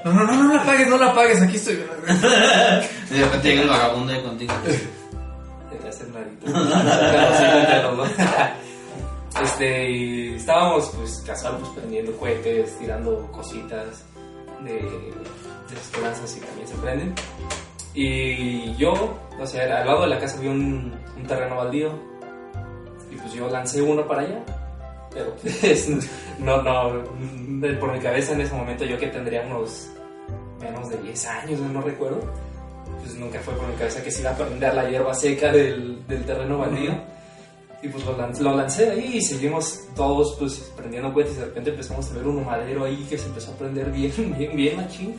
Speaker 2: No, no, no, no la pagues, no la pagues, aquí estoy.
Speaker 4: De repente llega el vagabundo ahí contigo.
Speaker 1: Te traes el narito. Pero sí, entre los dos. Este, y estábamos pues casados, pues prendiendo cohetes, tirando cositas de, de esas que lanzas y también se prenden. Y yo, o sea, al lado de la casa había un, un terreno baldío. Y pues yo lancé uno para allá. Pero pues, no, no, mm, por mi cabeza en ese momento yo que tendría unos menos de 10 años, no recuerdo pues nunca fue por mi cabeza que se iba a prender la hierba seca del, del terreno baldío. Y pues lo, lan- lo lancé ahí y seguimos todos pues prendiendo cohetes. De repente empezamos a ver un madero ahí que se empezó a prender bien, bien, bien, machín.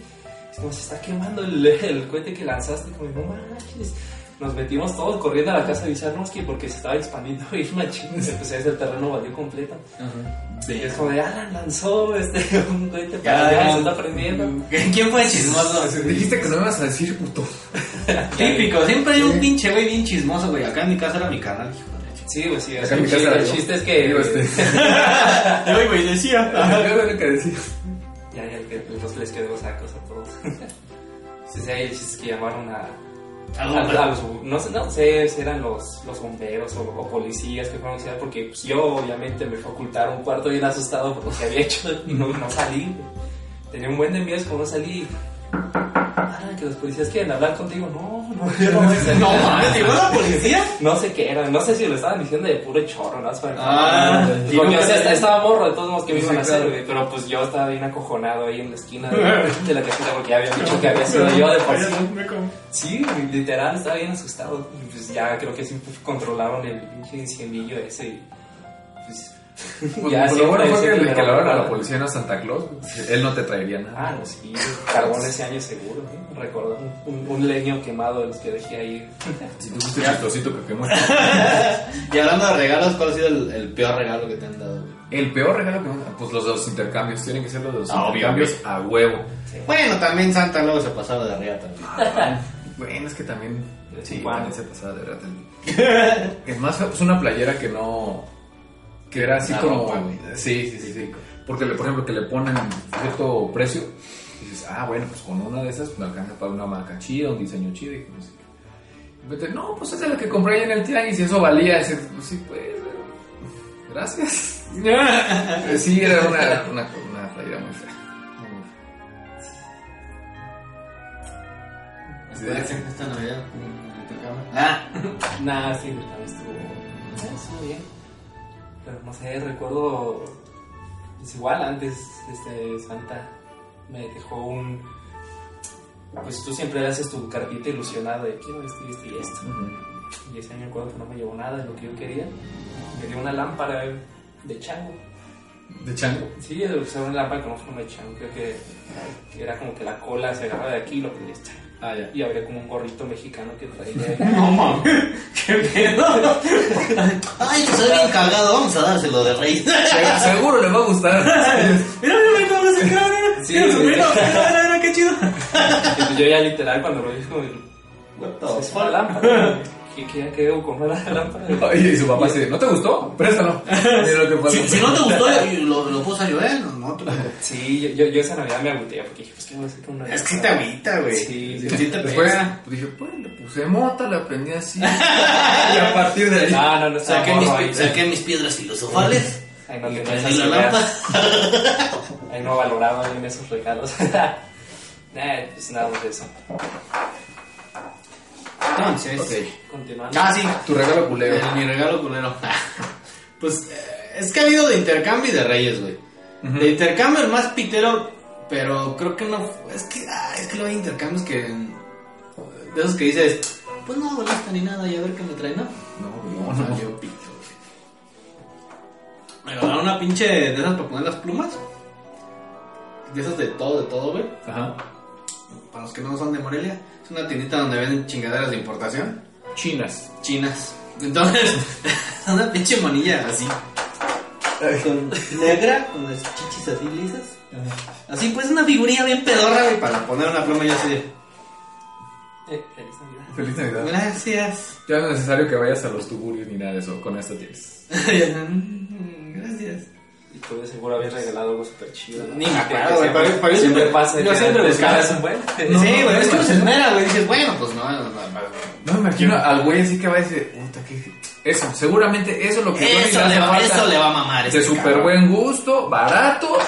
Speaker 1: Dijimos, se está quemando el, el cohete que lanzaste. Como, no manches. Nos metimos todos corriendo a la casa de avisarnos que porque se estaba expandiendo bien, machín. Se empezó a hacer el terreno baldío completo. Y es como de, ah, lanzó este, un cohete para allá, se está prendiendo.
Speaker 4: ¿Quién fue el chismoso?
Speaker 2: Pues, Dijiste que no me vas a decir, puto.
Speaker 4: Típico, siempre hay
Speaker 2: Sí.
Speaker 4: un pinche güey bien chismoso, güey. Acá en mi casa era mi canal, hijo de la
Speaker 1: Sí, pues sí, o
Speaker 2: Acá
Speaker 1: sea,
Speaker 2: en
Speaker 1: el,
Speaker 2: mi
Speaker 1: chiste,
Speaker 2: casa la
Speaker 1: el
Speaker 2: veo.
Speaker 1: chiste es que...
Speaker 2: Digo, este.
Speaker 4: chingada. Yo, güey, decía.
Speaker 2: Yo lo que decía.
Speaker 1: Ya, ya, que entonces les quedó sacos a todos. sí, sí, hay chistes que llamaron a. a- a los, no sé, no sé si eran los, los bomberos o, o policías que fueron a auxiliar, porque pues, yo obviamente me fui a ocultar a un cuarto bien asustado por lo que había hecho y no, no salí. Tenía un buen de miedo, es como no salí. Ah, que los policías quieren hablar contigo. No, no, yo no voy a salir.
Speaker 4: No mames, llegó la policía.
Speaker 1: No sé qué era, no sé si lo estaban diciendo de puro chorro, ¿no? Para
Speaker 4: Ah,
Speaker 1: y porque, o sea,
Speaker 4: sí.
Speaker 1: estaba morro, de todos modos, que me
Speaker 2: Sí,
Speaker 1: iban a hacer,
Speaker 2: claro.
Speaker 1: güey? Pero pues yo estaba bien acojonado ahí en la esquina de, de la casita porque ya había dicho que había sido yo de por sí. Sí, güey, literal, estaba bien asustado. Y, Pues ya creo que sí controlaron el pinche incendio ese y pues...
Speaker 2: Pues, lo
Speaker 1: siempre-
Speaker 2: bueno fue que
Speaker 1: siempre
Speaker 2: le
Speaker 1: me
Speaker 2: calaron a la
Speaker 1: recordaron.
Speaker 2: policía no a Santa Claus. Él no te traería nada.
Speaker 1: Ah, no, sí, carbón ese año seguro, ¿eh? Recuerdo un, un leño quemado de los que dejé ahí.
Speaker 2: Si tú fuiste el chistosito que quemó.
Speaker 4: Y hablando de regalos, ¿cuál ha sido el, el peor regalo que te han dado? güey?
Speaker 2: El peor regalo que me han- Pues los dos intercambios. Tienen que ser los dos
Speaker 4: Ah,
Speaker 2: intercambios a huevo.
Speaker 4: Bueno, también Santa luego se pasaba de riata. güey.
Speaker 2: Bueno, es que también.
Speaker 1: De vez en
Speaker 2: Sí,
Speaker 1: cuando.
Speaker 2: también se pasaba de verdad. Es más, pues una playera que no. que era así
Speaker 4: La
Speaker 2: como.
Speaker 4: ropa, güey.
Speaker 2: sí, sí, sí, sí. Porque, le- por ejemplo, que le ponen cierto precio. Y dices, ah, bueno, pues con una de esas me alcanza para una marca chida, un diseño chido y que no sé qué. Y vete, no, pues esa es la que compré ahí en el tianguis y eso valía. Y dices, pues sí, pues. eh, Gracias. Eh, Sí, era una, una, una playera muy fea. Muy fea. Sí.
Speaker 4: Esta Navidad. mm, tu cámara. Ah,
Speaker 1: Nah, sí, también estuvo. eh, Estuvo bien. Pero no sé, recuerdo. Es igual, antes este, Santa me dejó un. Pues tú siempre haces tu cartita ilusionada de quiero esto y esto y esto.
Speaker 2: Ujú.
Speaker 1: Y ese año recuerdo que no me llevó nada de lo que yo quería. Me dio una lámpara de chango.
Speaker 2: De chango.
Speaker 1: Sí, o sea, una lámpara con un forma de chango. Creo que, que era como que la cola se agarraba de aquí y lo prendías.
Speaker 2: Ah, ya.
Speaker 1: Y había como un gorrito mexicano que traía.
Speaker 4: no mames. Qué pedo. Ay, que soy bien cagado. Vamos a dárselo de rey.
Speaker 2: Se- Seguro le va a gustar.
Speaker 4: Mira, mira, cómo se cabrón.
Speaker 1: Sí,
Speaker 4: Mira su
Speaker 1: güey.
Speaker 4: pelo. Mira, mira, mira, qué chido.
Speaker 1: Y pues yo ya literal cuando lo dijo,
Speaker 4: What the
Speaker 1: pues, es
Speaker 4: fuck?
Speaker 1: una lámpara. ¿Qué, qué, qué debo comprar la lámpara?
Speaker 2: Oye, y su papá dice, ¿no te gustó? Présalo. Mira lo que pasa.
Speaker 4: Si, si no te gustó, yo- yo lo, lo puedo usar yo, ¿eh? No, no, tú-
Speaker 1: Sí, yo, yo, yo esa Navidad me agüité porque dije, pues qué voy a hacer con una
Speaker 4: Es que sí te
Speaker 1: lámpara?
Speaker 4: agüita, güey.
Speaker 1: Sí, sí.
Speaker 4: Sí te
Speaker 2: Después
Speaker 4: pega.
Speaker 2: dije, pues le puse mota, la aprendí así. y a partir de ahí.
Speaker 1: No, no, no,
Speaker 4: Saqué
Speaker 1: no,
Speaker 4: mis,
Speaker 1: no, ahí,
Speaker 4: saqué mis piedras filosofales.
Speaker 1: ahí no
Speaker 4: Y
Speaker 1: tenía
Speaker 4: prendí
Speaker 1: esas
Speaker 4: la
Speaker 1: ideas.
Speaker 4: lámpara.
Speaker 1: Ahí no valoraba bien esos regalos. nah, pues nada de eso.
Speaker 4: Entonces,
Speaker 2: Ok.
Speaker 1: Continuando.
Speaker 4: ah, sí,
Speaker 2: Tu regalo culero.
Speaker 4: eh, mi regalo culero. pues eh, es que ha habido de intercambio y de reyes, güey.
Speaker 2: Ujú.
Speaker 4: De intercambio el más pitero, pero creo que no. fue- Es que, ah, es que luego hay intercambios que. De esos que dices, pues no, bolista ni nada, y a ver qué me traen, ¿no?
Speaker 2: No, no, no.
Speaker 4: Valió pito, güey. Me regalaron una pinche de esas para poner las plumas. De esas de todo, de todo, güey.
Speaker 2: Ajá.
Speaker 4: Para los que no son de Morelia, es una tiendita donde venden chingaderas de importación.
Speaker 2: Chinas.
Speaker 4: Chinas. Entonces, una pinche monilla así. Con negra, con las chichis así lisas. Así pues una figurilla bien pedorra, güey, para poner una pluma y así de,
Speaker 1: Eh, feliz Navidad.
Speaker 2: Feliz Navidad.
Speaker 4: Gracias.
Speaker 2: Ya no es necesario que vayas a los tugurios ni nada de eso. Con esto tienes.
Speaker 4: Gracias.
Speaker 1: Y tú de seguro habías regalado algo súper chido. ¿no?
Speaker 4: Ni me acuerdo,
Speaker 1: Que
Speaker 4: güey,
Speaker 1: siempre-
Speaker 4: pero- pero yo
Speaker 1: Siempre
Speaker 4: siempre-
Speaker 1: pasa.
Speaker 4: yo
Speaker 1: que
Speaker 4: siempre
Speaker 1: te
Speaker 4: buscaba.
Speaker 1: regalas un buen.
Speaker 2: No,
Speaker 4: sí, güey, es que
Speaker 2: no,
Speaker 4: se
Speaker 2: no.
Speaker 4: esmera, güey. Dices, bueno, pues no, no, no, no.
Speaker 2: No me imagino al güey así que va a decir, puta, qué. Eso, seguramente eso es lo que yo
Speaker 4: Eso, le va, eso le va a mamar.
Speaker 2: De
Speaker 4: este
Speaker 2: súper
Speaker 4: cabrón.
Speaker 2: buen gusto, barato.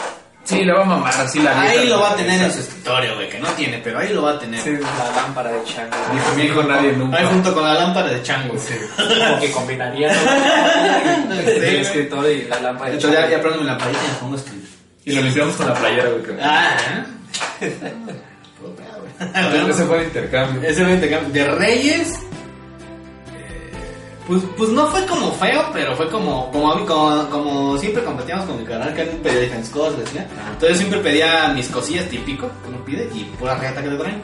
Speaker 2: Sí, le va a mamar así la vieja.
Speaker 4: Ahí lo va a tener en su escritorio, güey, que no tiene, pero ahí lo va a tener.
Speaker 2: Sí.
Speaker 1: La lámpara de chango.
Speaker 2: Dijo, mi hijo nadie nunca.
Speaker 4: Ahí junto con la lámpara de chango. güey.
Speaker 1: Como que combinaría ¿no?
Speaker 4: Sí,
Speaker 1: el
Speaker 4: güey.
Speaker 1: escritor y la lámpara de
Speaker 4: Entonces ya,
Speaker 1: chango.
Speaker 4: ya prendo mi lamparita y me pongo a escribir.
Speaker 2: Y lo limpiamos con la playera, güey. que-
Speaker 4: Ah, ¿eh?
Speaker 2: Entonces, ese
Speaker 4: Bueno,
Speaker 2: fue el intercambio.
Speaker 4: Ese fue el intercambio. De Reyes. eh, Pues, pues no fue como feo, pero fue como como, a mí- como, como siempre competíamos con mi canal, que alguien pedía diferentes cosas, ¿sí? Entonces yo siempre pedía mis cosillas típico que uno pide y pura regata que te traen.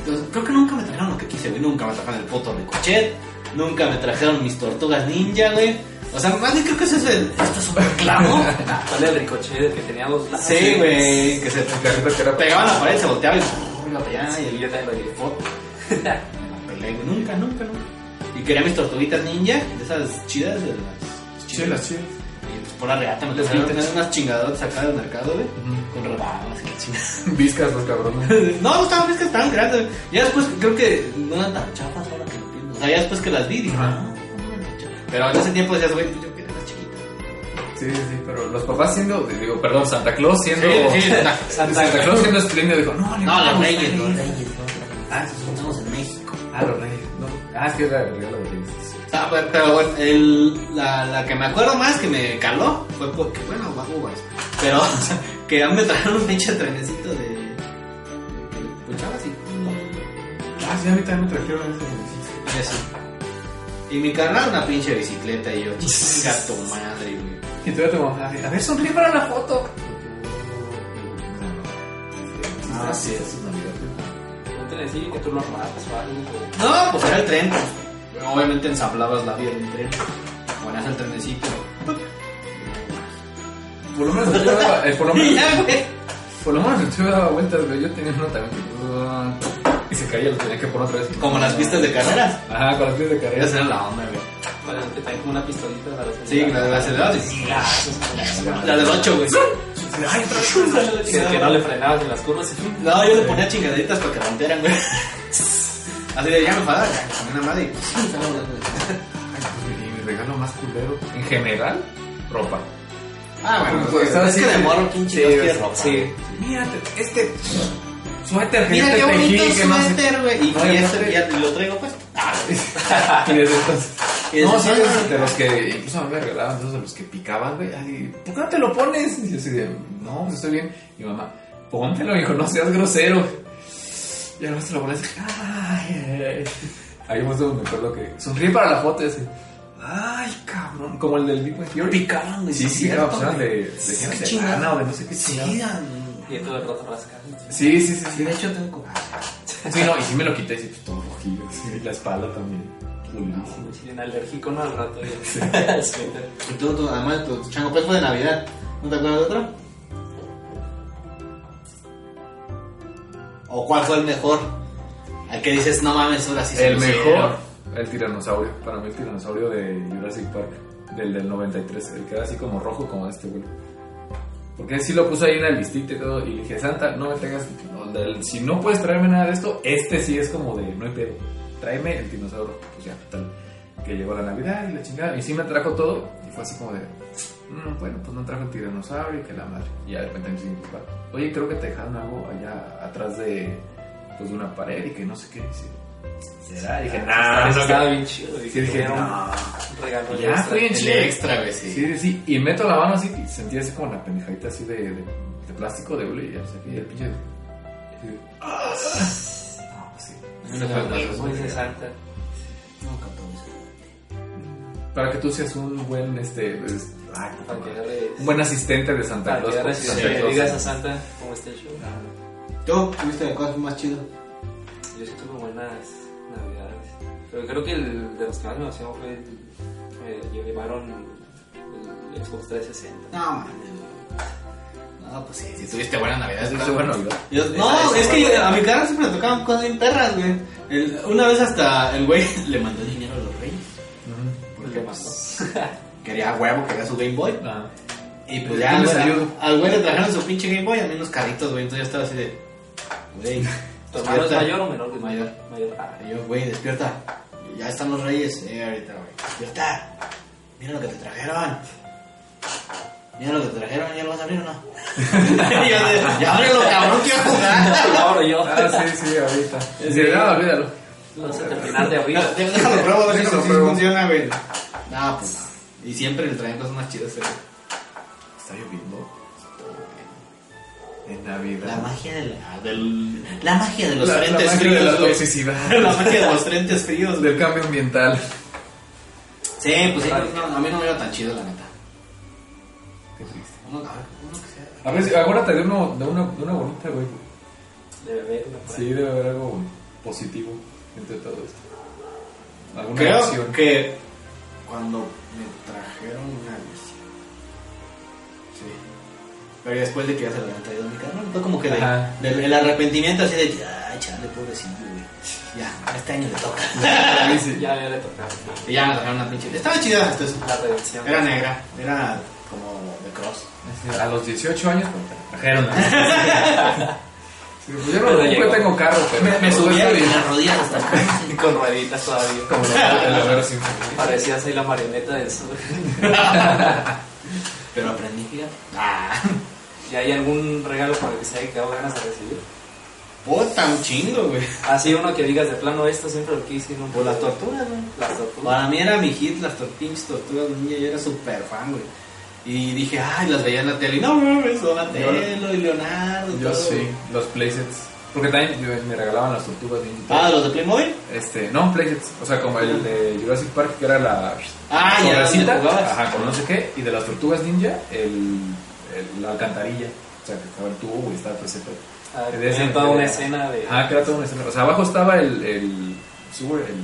Speaker 4: Entonces creo que nunca me trajeron lo que quise, güey. Nunca me trajeron el poto ricochet, nunca me trajeron mis tortugas ninja, güey. O sea, más bien creo que eso es el, esto es un reclamo.
Speaker 1: Sale el ricochet que tenía dos lados.
Speaker 4: sí, güey, que se
Speaker 2: La neta que era-
Speaker 4: pegaban la pared, se volteaba y ¡pum! iba para allá y
Speaker 1: Y
Speaker 4: el
Speaker 1: yo también lo llevé.
Speaker 4: foto. Me peleé, güey. Nunca, nunca, nunca. Y quería mis tortuguitas ninja, de esas chidas, de las
Speaker 2: Sí, las chidas.
Speaker 4: Y pues por la reata me
Speaker 1: Las
Speaker 4: trajeron
Speaker 1: vintage.
Speaker 4: unas chingadotas acá del mercado, güey.
Speaker 2: Ujú.
Speaker 4: Con rebanas, qué chingadas.
Speaker 2: Viscas los cabrones.
Speaker 4: no, no estaban frescas, estaban grandes. güey. Ya después, creo que no eran tan chafas ahora que lo pienso. O sea, ya después que las vi, dije,
Speaker 2: Ajá.
Speaker 4: "Ah, no eran tan chafas". Pero en ese tiempo decías, güey, pues yo quería las chiquitas.
Speaker 2: Sí, sí, sí, pero los papás siendo, digo, perdón, Santa Claus siendo.
Speaker 4: Sí, sí, Santa-
Speaker 2: Santa Claus siendo espléndido dijo, no, le
Speaker 4: No, los
Speaker 2: vamos a
Speaker 4: reyes,
Speaker 2: ir.
Speaker 4: los reyes. Ah, estamos en México.
Speaker 2: Ah, los reyes. No. Ah, es que era el regalo de reyes.
Speaker 4: Ah, pero, pero bueno, el- la, la que me acuerdo más que me caló fue porque, bueno, guapo, guay. Pero que ya me trajeron un pinche trenecito de. de Puchaba así.
Speaker 2: Ah, sí, a mí también me trajeron ese reyes.
Speaker 4: Y así. Y mi carnal una pinche bicicleta y yo, chinga tu madre, güey.
Speaker 2: Y tú ya te mamá, a ver, sonríe para la foto.
Speaker 4: Ah, sí,
Speaker 2: es Navidad.
Speaker 1: No te decía que tú lo armabas o algo.
Speaker 4: No, pues era el tren. pues. Obviamente ensamblabas la vía del tren. Ponías el trenecito.
Speaker 2: Por lo menos el tío daba, eh, por lo
Speaker 4: Y
Speaker 2: menos,
Speaker 4: ya, güey.
Speaker 2: por lo menos el tío daba vueltas, güey. Yo tenía uno también. que- Y se se caía lo tenía que poner otra vez.
Speaker 4: Como las pistas de carreras.
Speaker 2: Ajá, con las pistas de carreras.
Speaker 4: Esa era la onda, güey.
Speaker 1: Bueno, es que traen como una pistolita para los
Speaker 4: Sí, la de las edades. La del 8, güey. Ay, otra vez.
Speaker 1: Que no le frenabas en las curvas y
Speaker 4: No, yo le ponía chingaderitas para que rompieran, güey. Así de ya me enfadaba, ya, también a madre.
Speaker 2: Ay, pues, mi, mi regalo más culero. En general, ropa.
Speaker 4: Ah, bueno,
Speaker 2: Pues,
Speaker 4: pues,
Speaker 2: ahora
Speaker 4: es
Speaker 2: sí
Speaker 4: que de
Speaker 2: que-
Speaker 4: morro, ¿quién chingados quiere ropa?
Speaker 2: Sí. Mira, te- este suéter que
Speaker 4: Mira
Speaker 2: yo
Speaker 4: qué
Speaker 2: te tejí,
Speaker 4: bonito
Speaker 2: que no sé-
Speaker 4: suéter, güey. Y,
Speaker 2: No,
Speaker 4: y
Speaker 2: yo no
Speaker 4: este,
Speaker 2: sé.
Speaker 4: ya te lo traigo puesto. Ah,
Speaker 2: Y desde entonces.
Speaker 4: Y desde
Speaker 2: No, sí,
Speaker 4: entonces-
Speaker 2: es de los que incluso a mí me regalaban, de esos de los que picaban, güey. Ay, ¿por qué no te lo pones? Y yo así de, no, pues estoy bien. Mi mamá, póntelo, hijo, no seas grosero. Y además te lo pones, ay, ay, ay. Ahí fue donde me acuerdo que sonríe para la foto y así, ay, cabrón, como el del Big Bang Theory.
Speaker 4: picaban, güey.
Speaker 2: Sí, sí,
Speaker 4: cierto,
Speaker 2: era pues, eran
Speaker 4: güey.
Speaker 2: de, de, gente de
Speaker 4: chingada.
Speaker 2: lana o de no sé qué chingada.
Speaker 4: Sí, dan.
Speaker 1: y todo el rato rascando.
Speaker 2: Sí, sí, sí, sí.
Speaker 4: De hecho, tengo.
Speaker 2: Sí, no, y sí me lo quité, sí, pues todo rojillo, sí, la espalda también. Culerísimo.
Speaker 1: Me siento alérgico, ¿no? Al rato ya. Es que-
Speaker 4: Y tú, tú, además, tu chango pues fue de Navidad. ¿No te acuerdas de otro? ¿O cuál fue el mejor? Al que dices, no mames, ahora sí se
Speaker 2: El
Speaker 4: lucieron.
Speaker 2: mejor, el tiranosaurio. Para mí, el tiranosaurio de Jurassic Park, del del 93, el que era así como rojo, como este güey. Porque sí lo puso ahí en el listita y todo. Y le dije, Santa, no me tengas. no, del- si no puedes traerme nada de esto, este sí es como de no hay pedo. Tráeme el dinosaurio. Pues ya, tal. Que llegó la Navidad y la chingada. Y sí me trajo todo. Y fue así como de. "Mm, bueno, pues no trajo el tiranosaurio y que la madre. Y ya de repente me dice mi papá, oye, creo que te dejaron algo allá atrás de. Pues de una pared y que no sé qué. Y dice, ¿Será? Y dije, nah,
Speaker 1: Eso
Speaker 2: no,
Speaker 1: estaba
Speaker 2: que-".
Speaker 1: bien chido.
Speaker 2: Y dije, no.
Speaker 1: regalo
Speaker 2: Ya,
Speaker 1: extra.
Speaker 2: güey.
Speaker 4: El extra, güey, sí.
Speaker 2: Sí, sí, sí. Y meto la mano así y sentí así como la pendejadita así de, de, de plástico de hule y ya sé qué, y el pinche. sí. Ah. No, pues sí.
Speaker 1: Se fue muy muy Santa.
Speaker 4: Nunca tuve ese.
Speaker 2: Para que tú seas un buen, este, pues, ay, puta
Speaker 1: Para que
Speaker 2: madre.
Speaker 1: agarres-
Speaker 2: un buen asistente de Santa
Speaker 1: para que
Speaker 2: Claus.
Speaker 1: agarres
Speaker 2: porque
Speaker 1: y
Speaker 2: Santa
Speaker 1: le
Speaker 2: Claus-
Speaker 1: digas a Santa cómo está el show.
Speaker 4: ¿Tú tuviste de cosas más chido?
Speaker 1: Yo sí tuve buenas navidades. Pero creo que el de los que más me emocionó fue. el- Me llevaron el Xbox 360.
Speaker 4: No, mames. No, pues sí, si tuviste buena Navidad.
Speaker 2: Sí,
Speaker 4: claro.
Speaker 2: sí, bueno, yo-
Speaker 4: Yo-
Speaker 1: Esa-
Speaker 4: no,
Speaker 1: esa
Speaker 4: es
Speaker 1: fue
Speaker 4: que yo-
Speaker 1: buena.
Speaker 4: a mi carnal siempre le tocaban cosas bien perras, güey. El- Una vez hasta el güey le mandó dinero a los reyes.
Speaker 1: ¿Qué pasó?
Speaker 4: Quería huevo, quería su Game Boy.
Speaker 2: Ah.
Speaker 4: Y pues
Speaker 2: ¿Qué
Speaker 4: ya,
Speaker 2: le
Speaker 4: güey,
Speaker 2: salió?
Speaker 4: al güey le trajeron su pinche Game Boy, a mí unos carritos, güey. Entonces yo estaba así de, güey.
Speaker 1: ¿Tu hermano es
Speaker 4: despierta.
Speaker 1: mayor o menor? de
Speaker 4: Mayor.
Speaker 1: Mayor. Ah,
Speaker 4: Y yo, güey, despierta. Ya están los reyes. Eh, ahorita, güey. Despierta. Mira lo que te trajeron. Mira lo que te trajeron, ¿ya lo vas a abrir o no? Y yo de, ya ábrelo, cabrón, quiero jugar.
Speaker 1: lo abro yo.
Speaker 2: Ah, sí, sí, ahorita. Sí, no, olvídalo.
Speaker 1: Vamos a terminar de abrir.
Speaker 4: No, de- déjalo pruebo a ver si
Speaker 2: Déjalo
Speaker 4: sí
Speaker 2: pruebo.
Speaker 4: funciona, güey. No, pues no. Y siempre le traen cosas más chidas, eh. güey.
Speaker 2: Está lloviendo. En Navidad.
Speaker 4: La magia de la, del, la magia de los
Speaker 2: La- la
Speaker 4: frentes
Speaker 2: magia
Speaker 4: fríos.
Speaker 2: de la
Speaker 4: güey.
Speaker 2: toxicidad.
Speaker 4: la magia de los frentes fríos, güey.
Speaker 2: Del cambio ambiental.
Speaker 4: Sí, pues sí, no, no, a mí no me iba tan chido, la neta.
Speaker 2: Qué triste.
Speaker 4: Uno, a ver, uno que sea.
Speaker 2: A ver, si- acuérdate de, uno, de, una, de una bonita, güey.
Speaker 1: De beber. una por ahí.
Speaker 2: Sí, debe haber algo positivo entre todo esto. Alguna
Speaker 4: Creo
Speaker 2: acción.
Speaker 4: que cuando me trajeron una bici. Sí. Pero después de que ya se lo habían traído a mi carnal, fue como que de-
Speaker 2: Ajá.
Speaker 4: del el arrepentimiento así de, ay, chale, pobrecillo, güey. Ya, este año le toca.
Speaker 2: A mí sí.
Speaker 1: Ya, ya le tocaba.
Speaker 4: y ya me trajeron una pinche. Estaba chida hasta eso.
Speaker 1: La redención.
Speaker 4: Era negra, era como de cross.
Speaker 2: A los 18 años me trajeron. Sí, pues yo no
Speaker 1: Pero
Speaker 2: nunca
Speaker 1: llegó.
Speaker 2: tengo carro, pero
Speaker 4: Me,
Speaker 2: todo
Speaker 4: subía
Speaker 2: está
Speaker 4: y
Speaker 2: bien.
Speaker 4: las rodillas hasta acá.
Speaker 1: Y con rueditas todavía.
Speaker 2: Como lo- el Homero Simpson.
Speaker 1: Parecías ahí la marioneta del sur.
Speaker 4: Pero aprendí, fíjate. Ah.
Speaker 1: ¿Y hay algún regalo para el que se haya quedado ganas de recibir?
Speaker 4: Puta, un chingo, güey.
Speaker 1: Así uno que digas de plano esto siempre lo quise. ¿no?
Speaker 4: O las tortugas, güey.
Speaker 1: Las tortugas.
Speaker 4: Para mí era mi hit, las tor- pinches tortugas ninja, yo era súper fan, güey. Y dije, ay, las veía en la tele. Y no, mames, Donatello y Leonardo. y
Speaker 2: Yo
Speaker 4: todo.
Speaker 2: sí, los playsets. Porque también yo- me regalaban las tortugas ninja.
Speaker 4: Ah, los de Playmobil.
Speaker 2: Este, no, playsets. O sea, como el de Jurassic Park, que era la
Speaker 4: Ah, ya,
Speaker 2: sobrecita,
Speaker 4: donde jugabas.
Speaker 2: Ajá, con no sé qué. Y de las tortugas ninja, el, el- la alcantarilla. O sea, que estaba el tubo y estaba todo ese pedo.
Speaker 1: Ah,
Speaker 2: De
Speaker 1: tenían
Speaker 2: ese- Ah.
Speaker 1: toda
Speaker 2: de-
Speaker 1: una escena de.
Speaker 2: Ajá, que era toda una escena. O sea, abajo estaba el. el, sube el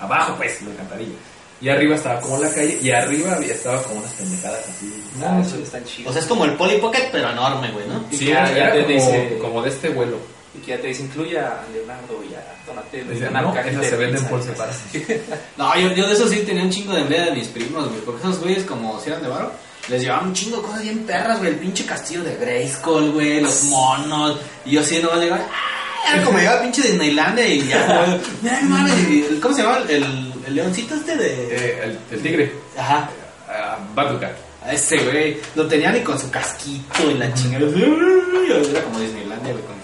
Speaker 2: abajo, pues, la alcantarilla. Y arriba estaba como la calle. Y arriba había- estaba como unas pendejadas así.
Speaker 1: Ah, eso está chido.
Speaker 4: O sea, es como el Polly Pocket, pero enorme, güey, ¿no?
Speaker 2: Sí,
Speaker 1: Ya-
Speaker 2: era,
Speaker 1: ya te
Speaker 2: como,
Speaker 1: dice-
Speaker 2: como de este vuelo.
Speaker 1: y que ya te dice, incluya a Leonardo y a te
Speaker 2: Dice,
Speaker 1: vendían
Speaker 2: no,
Speaker 1: alcalde
Speaker 2: esas
Speaker 1: de
Speaker 2: se venden
Speaker 1: pizza,
Speaker 2: por
Speaker 1: y cosas
Speaker 2: separado.
Speaker 1: así.
Speaker 4: No, yo, yo de eso sí tenía un chingo de envidia de mis primos, güey. Porque esos güeyes, como si eran de varo, les llevaban un chingo de cosas bien perras, güey. El pinche castillo de Grayskull, güey. Los monos. Y yo así nomás llegaba. ¡Ah! Era como llegaba el pinche Disneylandia y ya, güey. Mira, hermano. y el- ¿Cómo se llama? El, el leoncito este de.
Speaker 2: Eh, el, el tigre,
Speaker 4: Ajá.
Speaker 2: ah, Batuta.
Speaker 4: A ese güey. Lo tenían y con su casquito y la chingada. Era como Disneylandia, güey. Con...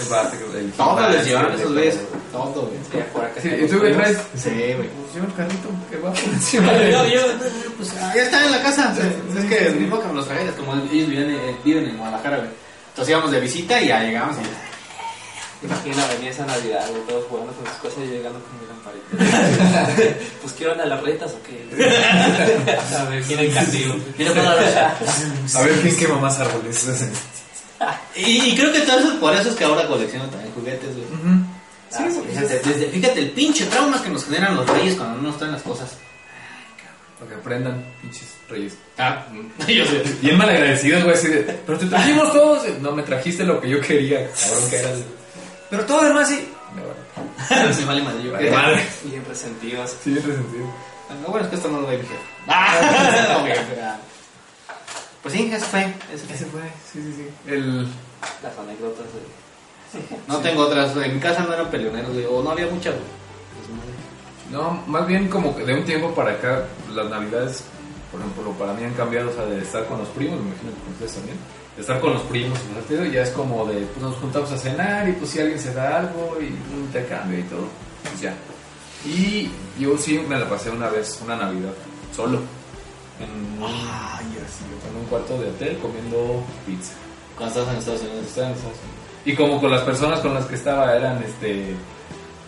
Speaker 2: El bat- el-
Speaker 4: Todos
Speaker 2: el-
Speaker 4: les llevaban
Speaker 2: el-
Speaker 4: esos güeyes. Todo, güey.
Speaker 1: Sí, por acá están
Speaker 2: Sí, ¿Y tú
Speaker 1: los
Speaker 2: qué
Speaker 1: primos.
Speaker 2: traes?
Speaker 4: Sí, güey.
Speaker 2: Pues yo el carrito que va por encima de-
Speaker 4: Yo, yo, pues ah, ya están en la casa. es que el mismo que me los traía, es como ellos viven, eh, viven en Guadalajara, güey. Entonces íbamos de visita y ya llegamos. Y...
Speaker 1: Imagina, venía esa Navidad, güey, todos jugando con sus cosas y llegando con mi lamparita. pues quiero andar las retas o qué. A ver, ¿quién el castigo?
Speaker 4: Mira, para la-
Speaker 2: A ver quién quema más árboles.
Speaker 4: y, y creo que todo eso, por eso es que ahora colecciono también juguetes, güey.
Speaker 2: Ujú.
Speaker 4: Ah, fíjate, desde- fíjate el pinche trauma que nos generan los reyes cuando no nos traen las cosas.
Speaker 2: Para que aprendan, pinches reyes.
Speaker 4: Ah, yo sé.
Speaker 2: Bien malagradecidos, güey, así de, pero te trajimos todos. No, me trajiste lo que yo quería, cabrón, que eras.
Speaker 4: Pero todo lo demás sí.
Speaker 2: Me vale.
Speaker 4: Me vale madre. Yo
Speaker 2: Vale,
Speaker 4: que-
Speaker 2: madre.
Speaker 1: Bien resentidos.
Speaker 2: Sí, bien resentido.
Speaker 4: Ah, No, bueno, es que esto no lo ve mi jefe. Ah, ok, pero, ah. Pues sí, eso fue. Eso fue.
Speaker 2: Ese fue, sí, sí, sí. El.
Speaker 1: Las anécdotas de...
Speaker 4: No tengo otras. En mi casa no eran peleoneros, güey. O no había muchas, güey.
Speaker 2: No, más bien como que de un tiempo para acá, las navidades, por ejemplo, para mí han cambiado, o sea, de estar con los primos, me imagino que con ustedes también, de estar con los primos, y todo eso, ya es como de, pues nos juntamos a cenar y pues si alguien se da algo y un intercambio y todo, pues ya. Y yo sí me la pasé una vez, una navidad, solo, en un, en un cuarto de hotel comiendo pizza.
Speaker 4: Cuando estás en Estados Unidos.
Speaker 2: Estaban esas. Y como con las personas con las que estaba eran este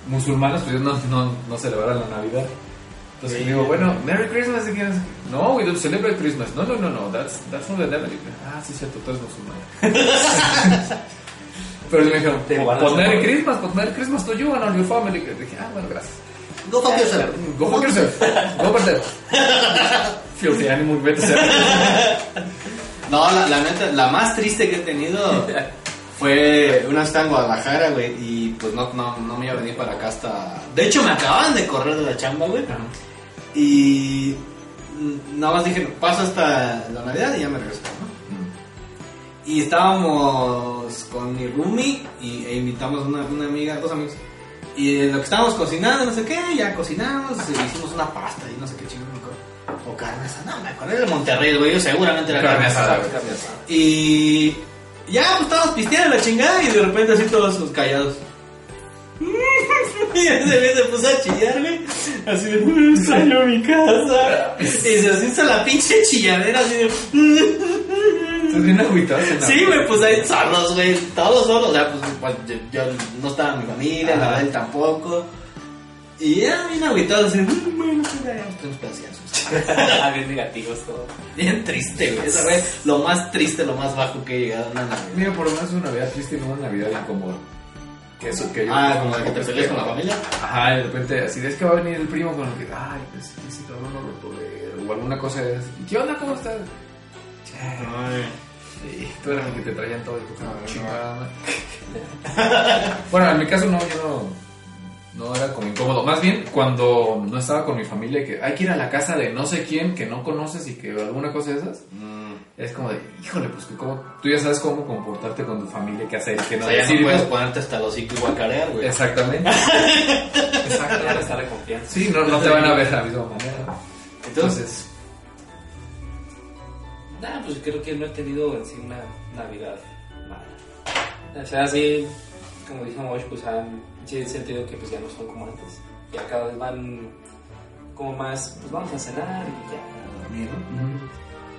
Speaker 2: musulmanas, pues no, no, no celebran la Navidad. Entonces
Speaker 4: Sí.
Speaker 2: le digo, bueno, Merry Christmas. Y que- no, we don't celebrate Christmas. No, no, no, no, that's, that's not the devil. Y yo, Ah, sí, cierto, tú eres musulmán. Pero sí me dijeron,
Speaker 1: Te
Speaker 2: "Pon-
Speaker 1: guardas
Speaker 2: pon Merry
Speaker 1: por-
Speaker 2: Christmas, pon Merry Christmas to you and all your family. Y dije, ah, bueno, gracias.
Speaker 4: Go fuck yourself.
Speaker 2: Go fuck yourself. Go fuck yourself. Filthy animal, vete a ser.
Speaker 4: No, la, la neta, la más triste que he tenido fue una está en Guadalajara, güey. Y pues no, no, no me iba a venir para acá hasta. De hecho, me acaban de correr de la chamba, güey. Y. mm, Nada más dije, paso hasta la Navidad y ya me regreso, ¿no? Y estábamos con mi roomie y, e invitamos a una, una amiga, dos amigos. Y en lo que estábamos cocinando, no sé qué, ya cocinamos, e hicimos una pasta y no sé qué chingón. me acuerdo. O carne asada, no me acuerdo, era de Monterrey, güey, yo seguramente era carne asada. güey. Y ya, pues estábamos pisteando la chingada y de repente así todos sus callados. Y ese güey se puso a chillar, güey. Así de, "Mm, extraño mi casa. Y se os hizo la pinche chilladera, así de,
Speaker 2: Estás bien agüitado. ¿no?
Speaker 4: Sí, güey, pues ahí solos, güey, todos solos. O sea, pues, pues, yo, yo no estaba mi familia, la verdad, él tampoco. Y ya bien agüitados, así, "Mm, bueno, pues, ya, ya, pues, pues, ya, pues".
Speaker 1: Ah, bien negativos todo.
Speaker 4: Bien triste, güey. Eso fue lo más triste, lo más bajo que he llegado a una Navidad.
Speaker 2: Mira, por lo menos una Navidad triste y no una Navidad incómoda. Que eso que yo.
Speaker 4: Ah, como de que te peleas con la familia.
Speaker 2: Ajá, y de repente, así de, es que va a venir el primo con el que, ay, pues que ese cabrón no lo tolero. O alguna cosa es, ¿qué onda? ¿Cómo estás? Y tú eras el que te traían todo. Y tú, como,
Speaker 4: No,
Speaker 2: chingada madre. bueno, en mi caso no, yo no, no era como incómodo. Más bien cuando no estaba con mi familia, y que hay que ir a la casa de no sé quién que no conoces y que alguna cosa de esas.
Speaker 4: Mm.
Speaker 2: Es como de, híjole, pues que como, tú ya sabes cómo comportarte con tu familia, qué hacer, qué
Speaker 4: O
Speaker 2: no
Speaker 4: sea, ya
Speaker 2: decir,
Speaker 4: no puedes
Speaker 2: ¿no?
Speaker 4: ponerte hasta los hocico y guacarear, güey.
Speaker 2: Exactamente.
Speaker 1: Ya
Speaker 2: Exacto.
Speaker 1: no está la confianza.
Speaker 2: Sí, no, no te van a ver de la misma manera.
Speaker 4: Entonces,
Speaker 2: Entonces,
Speaker 1: Nah, pues creo que no he tenido en sí una Navidad mala. O sea, sí, como dijo Mosh, pues han, sí he sentido que pues ya no son como antes. Ya cada vez van como más, pues vamos a cenar y ya.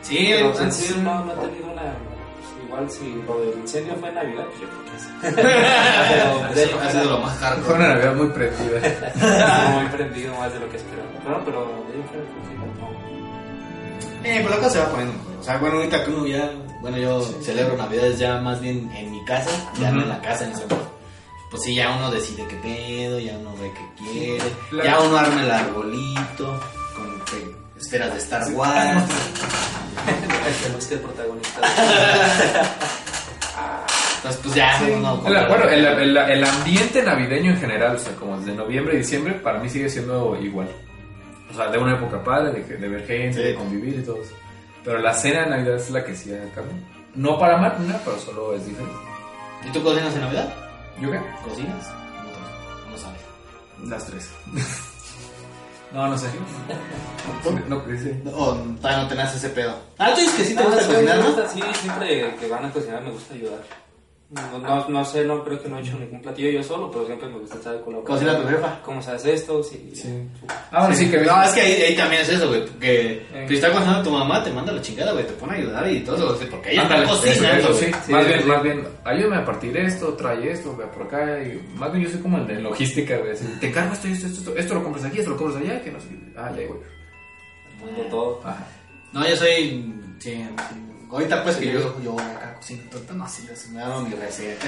Speaker 4: sí,
Speaker 1: Pero
Speaker 4: pues,
Speaker 1: en
Speaker 4: sí,
Speaker 1: sí no, no he tenido una... pues, igual si lo del incendio fue en Navidad, pues yo creo que sí. Pero pues,
Speaker 4: ha
Speaker 1: de ahí
Speaker 4: sido- ha
Speaker 1: para-
Speaker 4: sido lo más hardcore.
Speaker 2: fue una Navidad muy prendida.
Speaker 1: Estuvo muy prendido más de lo que esperaba. Bueno, pero yo creo que pues, sí, no.
Speaker 4: Eh, pero la cosa se va poniendo mejor. O sea, bueno, ahorita que uno ya. Bueno, yo celebro Navidades ya más bien en mi casa, ya no en la casa, en ese momento. Pues sí, ya uno decide qué pedo, ya uno ve qué quiere,
Speaker 2: Claro.
Speaker 4: ya uno arma el arbolito, con que esferas de Star Wars.
Speaker 1: El que no es que el protagonista.
Speaker 4: Entonces, pues ya.
Speaker 2: Sí.
Speaker 4: no, no,
Speaker 2: de acuerdo,
Speaker 4: no.
Speaker 2: el, el- el ambiente navideño en general, o sea, como desde noviembre y diciembre, para mí sigue siendo igual. O sea, de una época padre, de, de ver gente,
Speaker 4: Sí.
Speaker 2: de convivir y todo eso. Pero la cena de Navidad es la que sí cambia. No para mal, no, pero solo es diferente.
Speaker 4: ¿Y tú cocinas en Navidad?
Speaker 2: ¿Yo qué?
Speaker 4: ¿Cocinas? No, no sabes.
Speaker 2: Las tres. no, no sé. No, que sí.
Speaker 4: O todavía no tenés ese pedo. Ah, tú dices que sí te
Speaker 1: Ah,
Speaker 4: gusta
Speaker 1: sí,
Speaker 4: cocinar,
Speaker 1: me
Speaker 4: ¿no?
Speaker 1: gusta, Sí, siempre que van a cocinar me gusta ayudar. No, no, no sé, no creo que no he hecho ningún platillo yo solo, pero siempre me gusta estar colaborando.
Speaker 4: Cocina tu jefa.
Speaker 1: ¿Cómo se hace esto? Sí.
Speaker 2: Sí. Ah, bueno, sí, que
Speaker 4: No, es que ahí, ahí también es eso, güey. Que
Speaker 2: Eh.
Speaker 4: te está cocinando tu mamá, te manda la chingada, güey. Te pone a ayudar y todo eso. Porque ella está
Speaker 2: Ándale,
Speaker 4: cocinando,
Speaker 2: eso,
Speaker 4: güey.
Speaker 2: sí.
Speaker 1: Sí,
Speaker 2: más
Speaker 1: sí,
Speaker 2: bien,
Speaker 1: sí.
Speaker 2: más bien, ayúdame a partir esto, trae esto, ve por acá. y más bien, yo soy como el de logística, güey. así, Te encargo esto, esto, esto, esto, esto lo compras aquí, esto lo compras allá, que no sé qué. Ah, le, güey.
Speaker 1: Pongo todo.
Speaker 2: Ajá.
Speaker 4: No, yo soy. Sí, ahorita pues que yo, yo acá cocino todo, no, así, así, me dieron mi receta